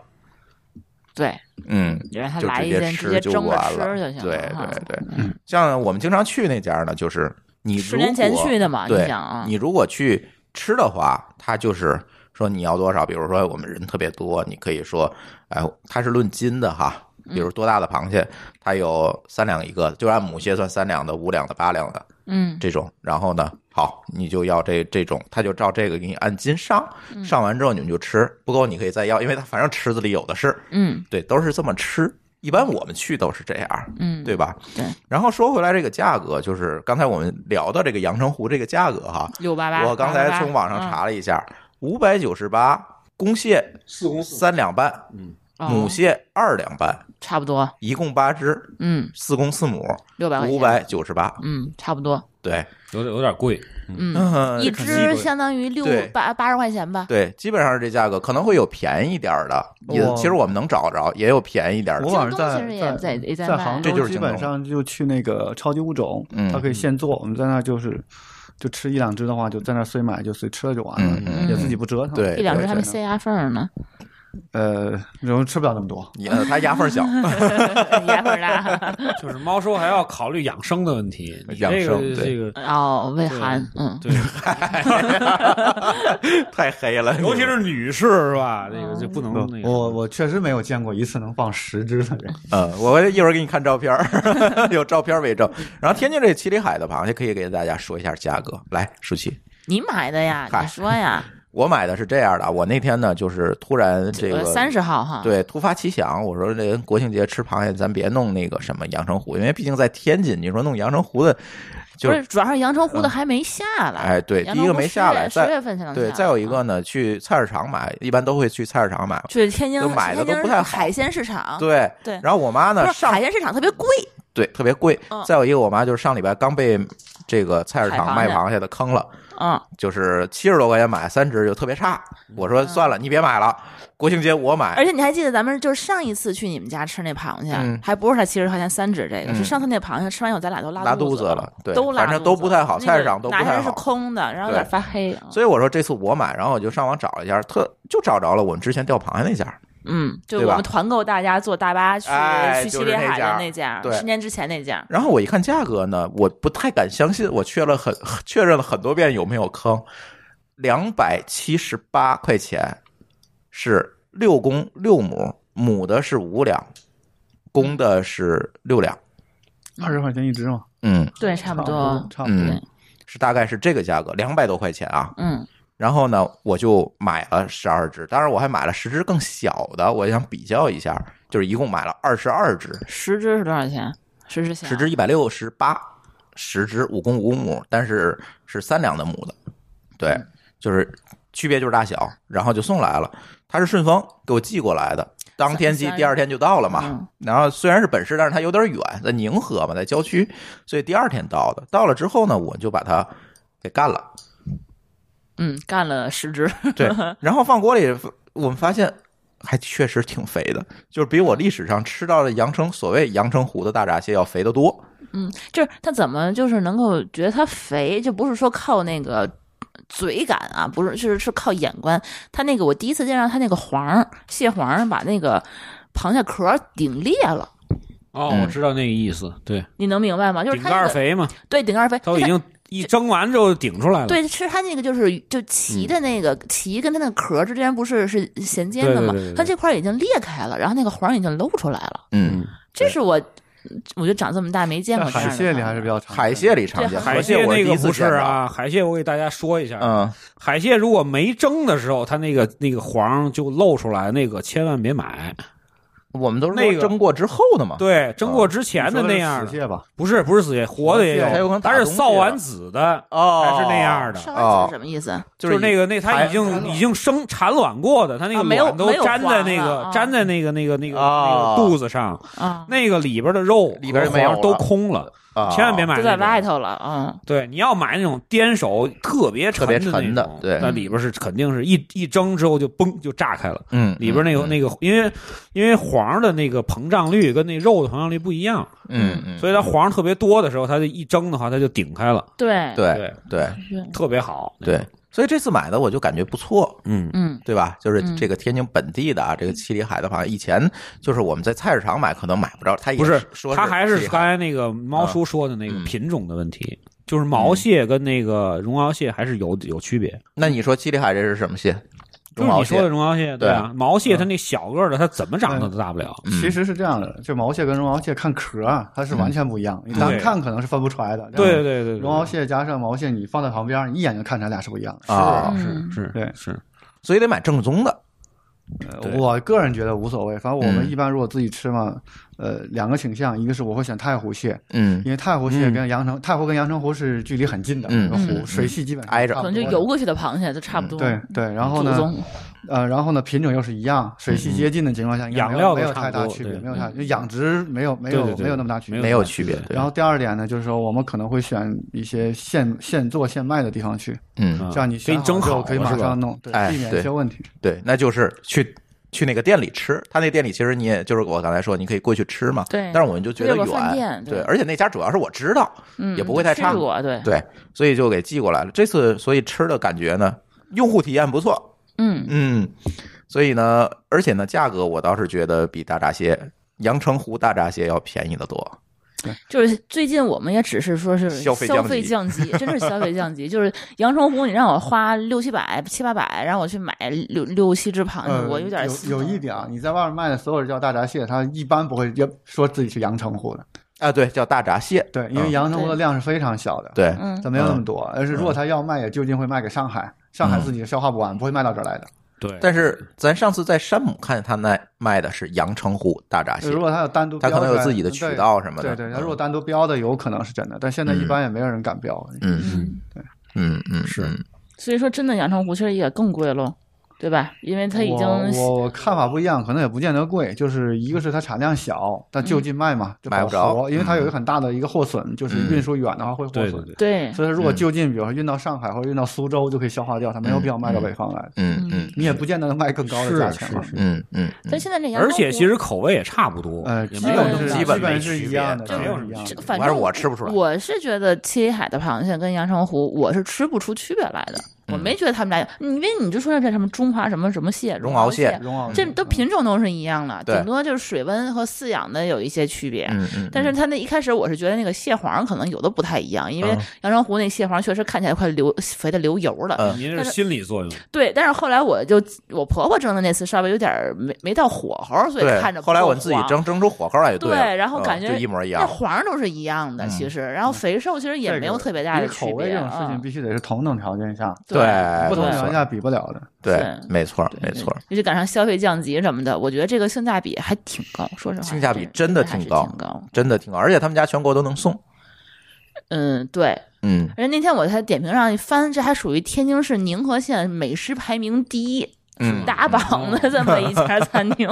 C: 对，
B: 嗯，
C: 你让它
B: 就
C: 来
B: 直
C: 一
B: 接
C: 斤，直接
B: 吃就
C: 蒸着
B: 完
C: 吃
B: 了。
C: 就行了。
B: 对
C: 哈嗯
B: 对对，像我们经常去那家呢，就是你
C: 十年前
B: 如果
C: 去的嘛，你
B: 对
C: 想啊，
B: 你如果去吃的话，他就是说你要多少，比如说我们人特别多，你可以说，哎，它是论斤的哈。
C: 嗯
B: 比如多大的螃蟹，它有三两一个，就按母蟹算三两的、五两的、八两的
C: 嗯
B: 这种。然后呢，好，你就要这这种，他就照这个给你按斤上，
C: 嗯
B: 上完之后你们就吃，不够你可以再要，因为它反正池子里有的是，
C: 嗯
B: 对，都是这么吃。一般我们去都是这样，
C: 嗯，
B: 对吧？
C: 对。
B: 然后说回来，这个价格就是刚才我们聊到这个阳澄湖这个价格哈，
C: 六八八，
B: 我刚才从网
C: 嗯
B: 上查了一下，五百九十八公蟹
D: 四公
B: 三两半，
C: 888，嗯
B: 母
C: 哦
B: 蟹二两半，
C: 差不多，
B: 一共八只，
C: 嗯，
B: 四公四母，
C: 六百块钱
B: 五，百九十八。
C: 嗯，差不多，
B: 对，
D: 有点有点贵。
C: 嗯，
B: 嗯，
C: 一
B: 这肯
C: 只
B: 定
C: 相当于六
B: 对
C: 八八十块钱吧，
B: 对，基本上是这价格，可能会有便宜点儿的，也
E: 我
B: 其实我们能找着，也有便宜点儿
E: 我
B: 的。
E: 晚
C: 京
E: 上
C: 东其实也
E: 在
C: 在也在
E: 在
C: 卖
E: 杭
B: 这就
E: 州，
B: 是
E: 基
B: 京
E: 本
B: 东
E: 上就去那个超级物种，
B: 嗯
E: 它可以现做。我们在那儿就是，就吃一两只的话，就在那儿随买就随吃了就完了，
B: 嗯
E: 也自己不折腾。
B: 对，
C: 一两只
B: 对
C: 还没
B: 对
C: 塞牙缝儿
B: (laughs)
C: 呢， (laughs)
E: 呃，然后吃不了那么多。
B: 你呃它牙缝儿小， (laughs)
C: 牙缝儿大，
D: 就是猫叔还要考虑养生的问题，你
B: 养
D: 这个
B: 生对
D: 这 (laughs) 个
C: (laughs) 哦，胃寒，嗯，
D: 对，
B: 太黑了，
D: (laughs) 尤其是女士是吧？这个就不
B: 哦
D: 能那个。哦
E: 我我确实没有见过一次能放十只的人。
B: 嗯，我一会儿给你看照片儿， (laughs) 有照片儿为证。然后天津这七里海的螃蟹可以给大家说一下价格。来，舒淇，
C: 你买的呀，
B: 嗨
C: 你说呀，
B: 我买的是这样的啊，我那天呢就是突然这个
C: 呃三十号哈，
B: 对突发奇想，我说这国庆节吃螃蟹，咱别弄那个什么阳澄湖，因为毕竟在天津，你说弄阳澄湖的，就嗯
C: 不是，主要是阳澄湖的还没下来。
B: 哎对，
C: 啊阳
B: 第
C: 澄湖
B: 一个没下来，
C: 十月十
B: 再
C: 月份才能下
B: 对，
C: 来
B: 再有一
C: 啊
B: 个呢，去菜市场买，一般都会去菜市场买。
C: 就是天津
B: 就买的都不太好
C: 海鲜市场，
B: 对
C: 啊对
B: 然后我妈
C: 不
B: 呢
C: 是
B: 上
C: 海鲜市场特别贵，
B: 对，特别贵
C: 嗯。
B: 再有一个，我妈就是上礼拜刚被这个菜市场
C: 海
B: 卖
C: 螃
B: 螃蟹的坑了，
C: 嗯，
B: 就是七十多块钱买三只就特别差。我说算了，你别买了，国庆节我买。
C: 而且你还记得咱们就是上一次去你们家吃那螃蟹，
B: 嗯
C: 还不是才七十块钱三只，这个、
B: 嗯
C: 是上次那螃蟹吃完以后咱俩都
B: 拉
C: 拉
B: 肚
C: 子
B: 了，对，
C: 都拉
B: 反
C: 肚子了，
B: 正都不太好，
C: 那个
B: 菜市场都不
C: 哪
B: 太
C: 是
B: 好。
C: 空的，然后有点
B: 对
C: 发黑，嗯
B: 所以我说这次我买，然后我就上网找了一下，特就找着了我们之前钓螃蟹那家，
C: 嗯，就
B: 对
C: 我
B: 吧
C: 们团购大家坐大巴去、
B: 哎
C: 去西
B: 就是
C: 北
B: 那
C: 海
B: 家
C: 的那家，
B: 对
C: 十年之前那家，
B: 然后我一看价格呢，我不太敢相信，我确了很 (laughs) 确认了很多遍有没有坑，两百七十八块钱是六公六母，母的是五两，公的是六两，
E: 二十块钱一只嘛，
B: 嗯
C: 对，差不
E: 多
C: 多，，
E: 差不多。
B: 嗯，是大概是这个价格，两百多块钱啊。
C: 嗯
B: 然后呢，我就买了十二只，当然我还买了十只更小的，我想比较一下，就是一共买了二十二只，
C: 十只是多少钱？十只
B: 十
C: 钱，
B: 只一百六十八，十只五公五母，但是是三两的母的，对，就是区别就是大小，然后就送来了。它是顺丰给我寄过来的，当天寄
C: 三，
B: 第二天就到了嘛。
C: 嗯
B: 然后虽然是本市，但是它有点远，在宁河嘛，在郊区，所以第二天到的。到了之后呢，我就把它给干了，
C: 嗯，干了十只， (laughs)
B: (laughs)
D: (laughs)
B: 对，然后放锅里，我们发现还确实挺肥的，就是比我历史上吃到的阳澄所谓阳澄湖的大闸蟹要肥得多。
C: 就是它怎么就是能够觉得它肥，就不是说靠那个嘴感啊，不是，是是靠眼观。它那个我第一次见到它那个黄儿蟹黄儿把那个螃蟹壳顶裂了，
D: 哦，
B: 嗯
D: 我知道那个意思，对，
C: 你能明白吗？就是
D: 顶
C: 它
D: 盖
C: 那
D: 儿
C: 个
D: 肥嘛，
C: 对顶盖儿肥，
D: 都已
C: 它
D: 经一蒸完之后顶出来了。
C: 对，其实它那个就是就鳍的那个鳍跟它那个壳之间不是是衔接的
D: 对对
C: 嘛
D: 对对，对
C: 它这块儿已经裂开了，然后那个黄儿已经露出来了。
B: 嗯，
C: 这是我，我就长这么大没见
E: 在
C: 过这样
E: 海
C: 的
E: 蟹里
C: 螃
E: 还是比较常见的
B: 海蟹里常见，
C: 对
D: 海
B: 河蟹
D: 蟹
B: 我
D: 那
B: 第
D: 个
B: 一次
D: 不是
B: 见到。
D: 啊，海蟹我给大家说一下，
B: 嗯，
D: 海蟹如果没蒸的时候，它那个那个黄就露出来，那个千万别买。
B: 我们都是
D: 那个
B: 蒸过之后的嘛。
D: 对，蒸
B: 哦
D: 过之前
E: 你说
D: 的
E: 的
D: 那
E: 是
D: 样
E: 死
D: 的，
E: 蟹吧，
D: 不是不是死蟹，活的也
E: 它
B: 有可能打
D: 但是
B: 东西
D: 扫完
B: 了
D: 籽的
B: 哦
D: 才是那样的。
C: 上
B: 哦
C: 来是什么意思？啊
D: 就是那个那它
B: 排
D: 已经已经生产卵过的，它那个
C: 啊没有
D: 卵都
C: 没有
D: 粘在那
C: 黄了
D: 个
C: 啊
D: 粘在那个那个那个
B: 啊
D: 那个肚子上，
C: 啊，
D: 那个里边的肉
B: 里边
D: 和
B: 没有
D: 黄都
B: 了
D: 空了，
B: 啊，
D: 千万别买
C: 都
D: 那
C: 在
D: 种
C: 外头了，嗯，
D: 对，你要买那种颠手特别
B: 特别
D: 的
B: 沉
D: 那
B: 的
D: 种，
B: 对
D: 那里边是肯定是一一蒸之后就嘣就炸开了，
B: 嗯，
D: 里边那个
B: 嗯
D: 那个，因为因为黄的那个膨胀率跟那肉的膨胀率不一样，
B: 嗯嗯，
D: 所以它黄特别多的时候，它就一蒸的话，它就顶开了，
C: 对，
B: 对
D: 对，
B: 对
D: 特别好。
B: 对，所以这次买的我就感觉不错，
D: 嗯，
C: 嗯，
B: 对吧？就是
C: 嗯
B: 这个天津本地的啊，这个七里海的螃蟹，以前就是我们在菜市场买，可能买不着，它也
D: 不是
B: 说，
D: 它还
B: 七
D: 是
B: 里海
D: 刚才那个猫叔说的那个
B: 嗯
D: 品种的问题，就是毛蟹跟那个绒螯蟹还是有有区别。
B: 那你说七里海这是什么蟹？
D: 就
B: 绒
D: 是
B: 毛
D: 你
B: 蟹
D: 说的绒螯蟹，对啊，毛蟹它那小个儿的，它怎么长它都大不了。
B: 嗯
E: 其实是这样的，就毛蟹跟绒螯蟹看壳啊，它是完全不一
B: 嗯
E: 样，你单
D: 对
E: 看可能是分不出来的。
D: 对对对对，对
E: 绒螯蟹加上毛蟹，你放在旁边，你一眼就看出来俩是不一样的。
B: 啊，
D: 是
C: 嗯
D: 是
E: 对
D: 是，
B: 所以得买正宗的。
E: 呃
D: 对
E: 我个人觉得无所谓，反正我
B: 嗯
E: 们一般如果自己吃嘛，呃，两个倾向，一个是我会选太湖蟹，
B: 嗯
E: 因为太湖蟹跟阳澄、太湖跟阳澄湖是距离很近的，
B: 嗯
E: 那个湖
C: 嗯
E: 水系基本上
B: 挨着
E: 差
C: 可
E: 不
C: 能就
E: 多的嗯
C: 游过去的螃蟹就差不多，
E: 对对，然后
C: 祖
E: 呢，
C: 宗
E: 呃，然后呢，品种又是一样，水系接近的情况下，应该
D: 养
E: 没有
D: 料
E: 没
D: 都
E: 有
D: 差
E: 太
D: 不
E: 大
D: 多
E: 区别，
D: 对嗯
E: 没有太就养殖没有没
D: 对
E: 有
D: 对对
E: 没有那么大区别。
B: 没有区别
D: 没有
B: 对
E: 然后第二点呢，就是说我们可能会选一些现现做现卖的地方去，
B: 嗯，
E: 这样你
D: 给你
E: 选
D: 蒸
E: 之
D: 好
E: 后可以
D: 了是
E: 马
D: 吧
E: 上弄，对
B: 哎，
E: 避免
B: 对
E: 一些问题。
B: 对，那就是去去那个店里吃。他那店里其实你也就是我刚才说，你可以过去吃嘛。
C: 对
B: 但是我们就觉得
C: 它有个
B: 远，
C: 饭店对
B: 对，而且那家主要是我知道，
C: 嗯
B: 也不会太差
C: 吃过，对，
B: 对，所以就给寄过来了。这次所以吃的感觉呢，用户体验不错，
C: 嗯
B: 嗯，所以呢，而且呢，价格我倒是觉得比大闸蟹。阳澄湖大闸蟹要便宜的多，
C: 就是最近我们也只是说是
B: 消费降级
C: 消费降级，真是消费降级。就是阳澄湖，你让我花六七百、七八百，让我去买六六七只螃蟹，
E: 呃
C: 我有点心
E: 有有
C: 疼嗯
E: 一点啊，你在外面卖的所有叫大闸蟹，它一般不会要说自己是阳澄湖的，
B: 啊，对，叫大闸蟹，
E: 对，因为
B: 嗯
E: 阳澄湖
C: 对
E: 的量是非常小的，
B: 对，
C: 嗯
E: 它没有那么多。而是如果它要卖，也就近会卖给上海，上海
B: 嗯
E: 自己消化不完，不会卖到这儿来的。
D: 对。
B: 但是咱上次在山姆看见他那卖的是阳澄湖大闸蟹
E: 就，如果它有单独
B: 他
E: 标出
B: 啊可
E: 来，嗯
B: 能有自己的渠道什么
E: 对。
B: 的。
E: 对对，它如果单独标的，有可能是真的，但现在
B: 嗯
E: 一般也没有人敢标。
B: 嗯
C: 嗯，
B: 嗯嗯
D: 是
B: 嗯
C: 所以说真的阳澄湖其实也更贵喽。对吧？因为它已经
E: 我我我看法不一样，可能也不见得贵，就是一个是它产量小，
C: 嗯
E: 但就近卖嘛，就
B: 买
E: 保
B: 不着
E: 活，因为它有一个很大的一个货损，就是
B: 嗯
E: 运输远的话会货
D: 对对
E: 损。
D: 对，
C: 对
E: 所以它如果
B: 嗯
E: 就近，比如说运到上海或者运到苏州，就可以消化掉，它没有必要卖到北方来。
B: 嗯嗯
E: 你也不见得能卖更高的价钱嘛。
D: 是是是，
B: 嗯嗯，嗯
C: 但现在这羊
D: 而
C: 羔
D: 且
C: 骨
D: 其实口味也差不多，
E: 呃，
D: 也
E: 基
D: 没有
E: 本
C: 那么
E: 是
C: 大
E: 基
B: 基本没
E: 本是
B: 区
E: 一
B: 别
E: 样的，
D: 这
E: 基
D: 没有
E: 本是一样
D: 什
E: 的
D: 么。
C: 反
B: 我还是
C: 正
B: 我吃不出来
C: 我是觉得七里海的螃蟹跟阳澄湖，我是吃不出区别来的。
B: 嗯
C: 我没觉得他们俩有，因为你就说这什么中华什么什么蟹、
B: 绒
C: 绒
B: 螯蟹嗯
C: 蟹，
E: 绒螯
C: 这都品种都是一样的，
B: 对
C: 顶多就是水温和饲养的有一些区别。
B: 嗯嗯，
C: 但是它那一开始我是觉得那个蟹黄可能有的不太一样，因为阳澄湖那蟹黄确实看起来快流肥的流油了。
B: 嗯
D: 您是心理作用，
C: 对，但是后来我就我婆婆蒸的那次稍微有点儿没没到火候，所以
B: 对
C: 看着，不
B: 后来
C: 够
B: 我自己
C: 黄
B: 蒸蒸出火候来就
C: 对
B: 了，
C: 然后
B: 嗯
C: 感觉
B: 就一模一
C: 那
B: 样，
C: 黄儿都是一样的，其
B: 嗯
C: 实，然后肥瘦其实也没有特别大
E: 这
C: 的
E: 个
C: 区
E: 口味
C: 别。
E: 这种事情
C: 嗯
E: 必须得是同等条件下，
B: 对，
D: 嗯
E: 不同
B: 没
E: 条件
B: 错
E: 下比不了的。
B: 对
C: 对，
B: 没错
C: 对
B: 没错，
C: 尤其赶上消费降级什么的，我觉得这个性价比还挺高。说实话，
B: 性价比真
C: 真
B: 的
C: 还
B: 挺
C: 是
B: 高
C: 挺高。
B: 真的挺好，而且他们家全国都能送，
C: 嗯，对。 (laughs)
B: 嗯，
C: 而且那天我在点评上一翻，这还属于天津市宁河县美食排名第一，
B: 嗯
C: 打榜的这么一家餐厅。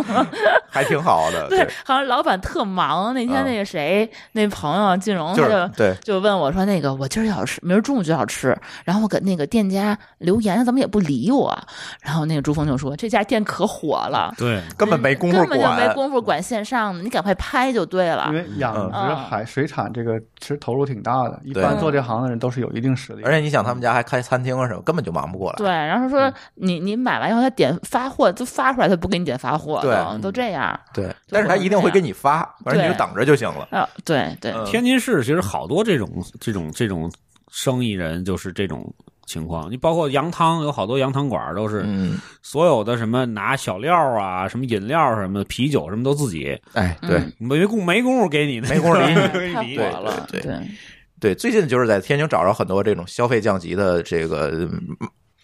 B: 还挺好的，
C: (laughs) 对，好像老板特忙。那天
B: 嗯
C: 那个谁，那朋友金荣，
B: 就
C: 他
B: 是
C: 就
B: 对，
C: 就问我说：“那个我今儿要吃，明儿中午就要吃。”然后我给那个店家留言，他怎么也不理我。然后那个朱峰就说：“这家店可火了，
D: 对，
B: 根本没工夫
C: 嗯根本就没
B: 管，
C: 工夫管线上的，你赶快拍就对了
E: 因。为养殖海水产这个其实投入挺大
D: 嗯
E: 的，一
B: 对
E: 般做这行的人都是有一定实力的。
B: 而且你想他们家还开餐厅啊什么，根本就忙不过”来，
C: 对，然后
B: 嗯
C: 说你你买完以后，他点发货都发出来，他不给你点发货了，
B: 对
C: 都这样。
B: 对，但是他
C: 会
B: 一定会
C: 这样
B: 给你发，反正你就
C: 对
B: 等着就行了，
C: 啊，对对，
B: 嗯
D: 天津市其实好多这种这种这种生意人就是这种情况，你包括羊汤，有好多羊汤馆儿都是，
B: 嗯，
D: 所有的什么拿小料啊、什么饮料什么的、啤酒什么都自己，
B: 哎，对，
C: 嗯
D: 没工没工夫给你那个，
B: 没工夫
D: (laughs)
B: 理你
C: 太
D: 理
C: 火了，
B: 对对
C: 对，
B: 对，最近就是在天津找着很多这种消费降级的这个嗯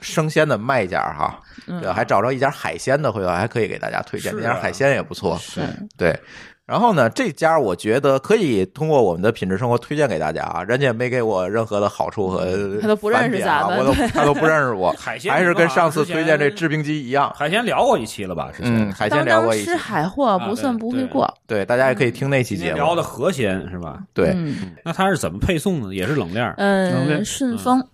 B: 生鲜的卖家哈，
C: 嗯
B: 对，还找着一家海鲜的，回头还可以给大家推荐，
D: 是
B: 那
D: 啊
B: 家海鲜也不错，
C: 是
B: 对。然后呢，这家我觉得可以通过我们的品质生活推荐给大家啊，人家也没给我任何的好处和
C: 嗯他都不认识
B: 返点啊
C: 咱们
B: 我都
C: (laughs) 对
B: 他都不认识我，
D: 海鲜啊
B: 还是跟上次
D: 之前
B: 推荐这制冰机一样，
D: 海鲜聊过一期了吧？之前
B: 嗯，海鲜
C: 当
B: 聊过
C: 当
B: 一期
C: 吃，海货
D: 啊
C: 不算
D: 对
C: 不会
D: 对
C: 过。
B: 对，大家也可以听那期
D: 今
B: 节
D: 天
B: 目，
D: 聊的和谐是吧？
B: 对，
C: 嗯
D: 那它是怎么配送的？也是冷链儿，
E: 能
C: 嗯，
E: 量
C: 顺
D: 嗯
C: 丰。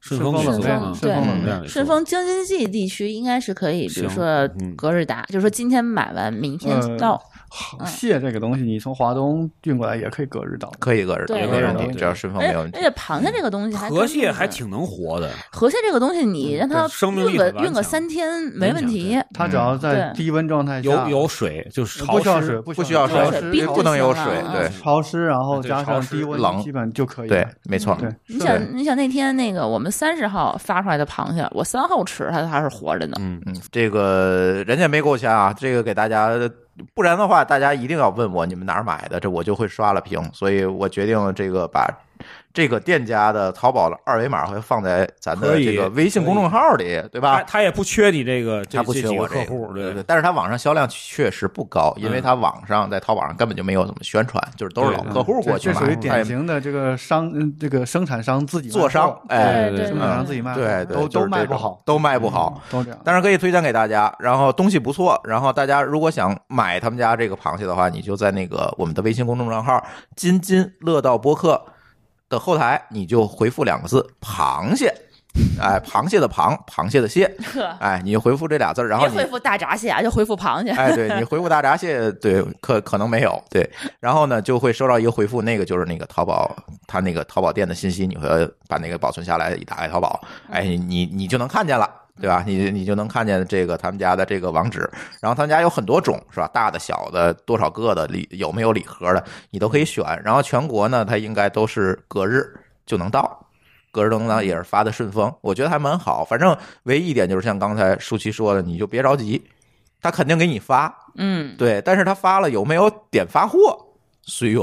D: 顺丰
E: 顺丰
D: 给
E: 冷
D: 送
E: 链
D: 啊
E: 顺
C: 丰
D: 冷链给送
C: 顺丰京津冀地区应该是可以，比如
D: 行
C: 说
D: 嗯
C: 隔日达，就是说今天买完，明天
E: 呃
C: 到。嗯
E: 好蟹这个东西，你从华东运过来也可以隔日到。
B: 可以个人
C: 对
B: 没问
D: 对
B: 题，
D: 对
B: 只要身份
C: 而且
B: 没问题
C: 哎而且，螃蟹这个东西还
D: 河嗯蟹
C: 真
D: 还
C: 是
D: 挺能活的，
C: 河蟹这个东西，
B: 嗯
C: 你让它
D: 对生命力
C: 运个
D: 很顽
C: 运个
D: 强
C: 三天没
D: 顽
C: 问
D: 强
C: 题
D: 对，
E: 它只要在
C: 嗯对
E: 低温状态下，
D: 有有水就是潮
E: 不需要水
D: 湿，，
B: 不
E: 不
B: 需要
C: 水
E: 潮
C: 水
E: 湿
C: 冰
B: 不能有
C: 就
B: 水
C: 行了，啊
B: 对
D: 嗯。
E: 潮湿，然后
D: 对
E: 加
D: 潮
E: 上
D: 湿
E: 低温，
B: 冷
E: 基本就可以了。嗯
B: 对，没错，
E: 对，
C: 你
B: 对
C: 想，你想那天那个我们三十号发出来的螃蟹，我三号吃它还是活着呢。
D: 嗯，
B: 嗯，这个人家没够钱啊，这个给大家，不然的话，大家一定要问我你们哪儿买的，这我就会刷了屏，所以我决定这个把这个店家的淘宝的二维码会放在咱的
D: 可以哎
B: 这个微信公众号里，对吧
D: 它？它也不缺你这个，这
B: 啊他不缺
D: 这几个
B: 我这
D: 客
B: 个
D: 户，
B: 对
D: 对
B: 对，但是他网上销量确实不高，因为
D: 嗯
B: 他网上在淘宝上根本就没有怎么宣传，就是都是老
D: 对
B: 客户
E: 这
B: 过去哎
E: 这
B: 买，
E: 属于
B: 他也
E: 典型的这个商，嗯这个生产商自己卖
B: 做商
E: 货，
B: 哎，
D: 对
E: 生
D: 对
E: 产商自己卖货，
B: 对对，
E: 啊都
B: 就是
E: 都卖
B: 这
E: 不
B: 种
E: 好，，嗯
B: 都卖不好。
E: 都这样。
B: 但是可以推荐给大家，然后东西不错，然后大家如果想买他们家这个螃蟹的话，你就在那个我们的微信公众账号“津津乐道播客”的后台，你就回复两个字“螃蟹”，哎，螃蟹的螃，螃蟹的蟹，哎，你就回复这俩字儿，然后
C: 别
B: 你
C: 回复大闸蟹啊，就回复螃蟹。
B: 哎，对你回复大闸蟹，对，可可能没有，对，然后呢就会收到一个回复，那个就是那个淘宝，他那个淘宝店的信息，你会把那个保存下来，一打开淘宝，哎，你你你就能看见了。对吧？你你就能看见这个他们家的这个网址，然后他们家有很多种，是吧？大的、小的，多少个的礼有没有礼盒的，你都可以选。然后全国呢，它应该都是隔日就能到，隔日灯呢也是发的顺丰，我觉得还蛮好。反正唯一一点就是像刚才舒淇说的，你就别着急，他肯定给你发，
C: 嗯，
B: 对，但是他发了有没有点发货随缘，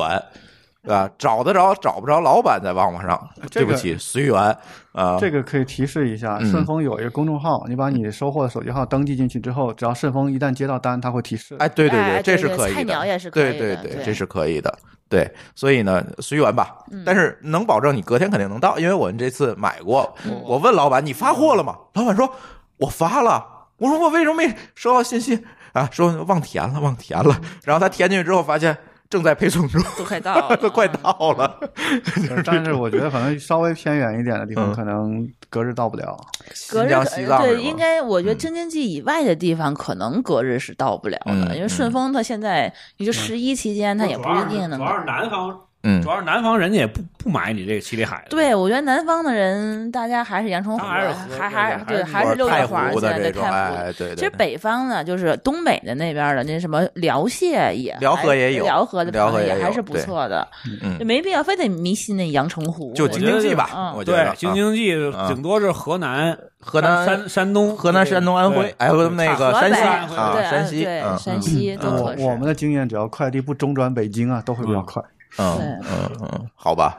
B: 对吧？找得着找不着，老板在旺旺上，
C: 哎
E: 这
B: 对
E: 个
B: 不起，随缘啊。呃
E: 这个可以提示一下，
B: 嗯
E: 顺丰有一个公众号，你把你收货的手机号登记进去之后，只要顺丰一旦接到单，它会提示。
B: 哎， (laughs) 对
C: 哎
B: 对，这
C: 对
B: 是
C: 对
B: 可以的，
C: 菜鸟也是可
B: 对
C: 以
B: 对
C: 的
B: 对，
C: 对嗯
B: 这是可以的，对，所以呢，随缘吧，但是能保证你隔天肯定能
C: 嗯
B: 到，因为我们这次买过，我问老板你发货了吗？老板说我发了。我说我为什么没收到信息啊？说忘填了，忘填了。
C: 嗯
B: 然后他填进去之后，发现正在配送中，
C: 都
B: (laughs)
C: 快到了，嗯
B: 都快到了。
E: 是但是我觉得可能稍微偏远一点的地
B: 嗯
E: 方，可能隔日到不了。
C: 嗯隔
B: 新
C: 日
B: 疆、西藏是
C: 对，
B: 吧
C: 应该我觉得
B: 嗯
C: 京津冀以外的地方可能隔日是到不了的，
B: 嗯
C: 因为顺丰它现在也就十一期间，它也不一定能
D: 主。要是南方，
B: 嗯
D: 主，要是南方人家也不不买你这个七里海的。
C: 对，我觉得南方的人大家还是阳澄湖，
D: 他还是河
C: 还
D: 还
C: 还
D: 是
C: 对，
D: 还
B: 或
C: 还
B: 者
C: 是六
B: 太
C: 月花
B: 湖
C: 现
B: 的
C: 在
B: 这
C: 对
B: 种，
C: 太湖。
B: 哎，对对。
C: 其实北方呢，就是东北的那边的那什么辽蟹也还，
B: 辽河也有
C: 辽河的
B: 辽
C: 朋
B: 河
C: 友
B: 也
C: 也还
B: 有
C: 是不
B: 对
C: 错的，
B: 嗯
C: 就没必要非得迷信那阳澄湖。
B: 就
C: 我
B: 京
C: 觉得
B: 津冀吧
C: 嗯，
B: 我觉得
D: 对
B: 啊，
D: 京津冀
B: 啊
D: 顶多是河南、
B: 河南
D: 山、山东、
B: 河南、山东、安徽
D: 对，
B: 还有那个
C: 河
B: 山
C: 北
B: 西
D: 安徽
B: 啊
C: 对，
B: 山西，
C: 对
B: 嗯
C: 山西都
E: 我
C: 合适。
E: 我们的经验，只要快递不中转北京啊，都会比较快。
B: 嗯嗯嗯，好吧。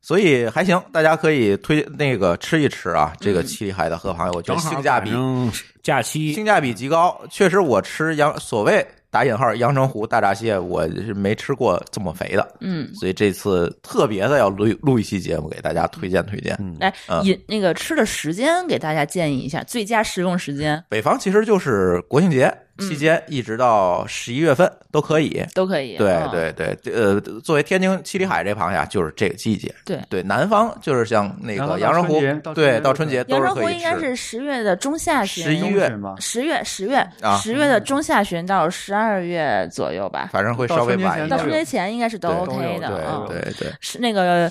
B: 所以还行，大家可以推那个吃一吃啊，这
C: 嗯
B: 个七里海的河螃蟹，我觉
D: 正
B: 得
D: 好
B: 性价比
D: 赶上假期
B: 性价比极高。确实，我吃阳所谓打引号阳澄湖大闸蟹，我是没吃过这么肥的，
C: 嗯，
B: 所以这次特别的要录录一期节目给大家推荐推荐。
C: 来
B: 嗯
C: 饮那个吃的时间给大家建议一下，最佳食用时间
B: 北方其实就是国庆节
C: 嗯
B: 期间一直到十一月份都可以。
C: 都可以。
B: 对
C: 嗯
B: 对对，呃，作为天津七里海这螃蟹啊，就是这个季节。
C: 对。
B: 对，南方就是像那个阳
E: 南
B: 澄
E: 方到
B: 湖
E: 春节，到春
B: 对，
E: 节
B: 到春节
C: 阳
B: 都是
C: 澄湖
B: 可以
C: 应该
B: 吃。
C: 是十月的中下旬，
B: 11月
E: 是吗？
C: 十月十月
B: 啊
C: 十月的中下旬到十二月左右吧，
B: 反正会稍微晚一
C: 到
E: 到
C: 春
E: 春
B: 点。
C: 节
E: 节
C: 前应该是都
B: 对
C: OK 的
E: 前都有
C: 啊。
B: 对对
C: (laughs)
B: 对，
C: 是那个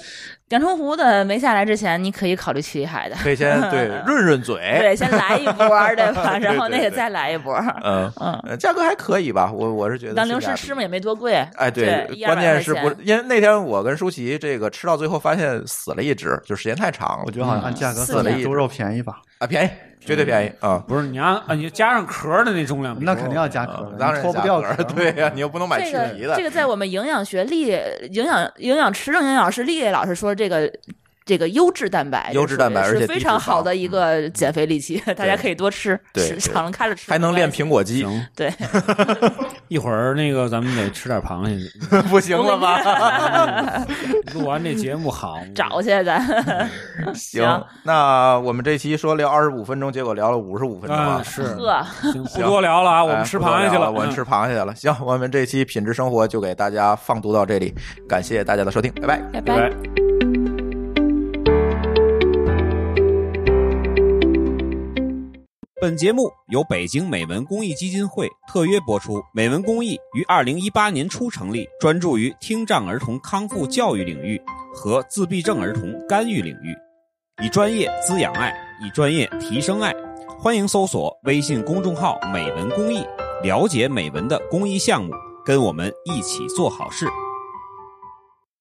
C: 阳澄湖的没下来之前，你可以考虑七里海的，
B: 可以先
C: (laughs)
B: 对润润嘴。
C: 对，先来一波儿，对吧？然后
B: 哎 (laughs) 对对
C: 那个
B: 对
C: 再来一波儿，
B: 嗯，
C: 嗯，
B: 呃价格还可以吧，我我是觉得
C: 当
B: 性
C: 零
B: 价
C: 食
B: 比
C: 吃嘛也没多贵，
B: 哎，对，
C: 对，
B: 关键是
C: 100
B: 不是
C: 块钱
B: 因为那天我跟舒淇这个吃到最后发现死了一只，就时间太长了，
E: 我觉得好像按价格
C: 四
E: 算
B: 个亿
E: 猪肉便宜吧，
B: 啊便宜，绝对便宜
E: 嗯
B: 啊，
D: 不是你按啊，你加上壳儿的那重量比较，
E: 那肯定要加壳
B: 啊
E: 的，
B: 当然
E: 脱不
B: 价
E: 掉
B: 格
E: (laughs) 壳。嗯
B: 对
D: 嗯
B: 呀，你又不能买
C: 这
B: 去
C: 个
B: 皮的嗯
C: 这，个在我们营养学历营养营养持证营养师厉老师说这个。这个优质蛋白，
B: 优质蛋白
C: 这
B: 而且
C: 是
B: 低脂
C: 非常
B: 肪嗯
C: 好的一个减肥利器，大家可以多吃，
B: 对
C: 吃
B: 对
C: 敞开了吃，
B: 还能
C: 没关
B: 练
C: 系
B: 苹果肌，
D: 行。
C: (laughs) 对，
D: 一会儿那个咱们得吃点螃蟹。
B: (laughs) 不行了 (laughs) 吧？
D: 录完这节目好，
B: (laughs)
D: 嗯
C: 找去咱。 (laughs)
B: 行，那我们这期说聊二十五分钟，结果聊了五十五分钟
D: 啊
B: 啊。哎
D: 是，
C: 呵，
D: 行不多聊了啊，我们吃螃蟹去
B: 了，
D: 了，
B: 我们
D: 嗯
B: 吃螃蟹去了。行，我们这期品质生活就给大家放毒到这里，感谢大家的收听，拜拜。
C: 拜
D: 拜
C: 拜
D: 拜。。
A: 本节目由北京美文公益基金会特约播出。美文公益于二零一八年初成立，专注于听障儿童康复教育领域和自闭症儿童干预领域，以专业滋养爱，以专业提升爱。欢迎搜索微信公众号“美文公益”，了解美文的公益项目，跟我们一起做好事。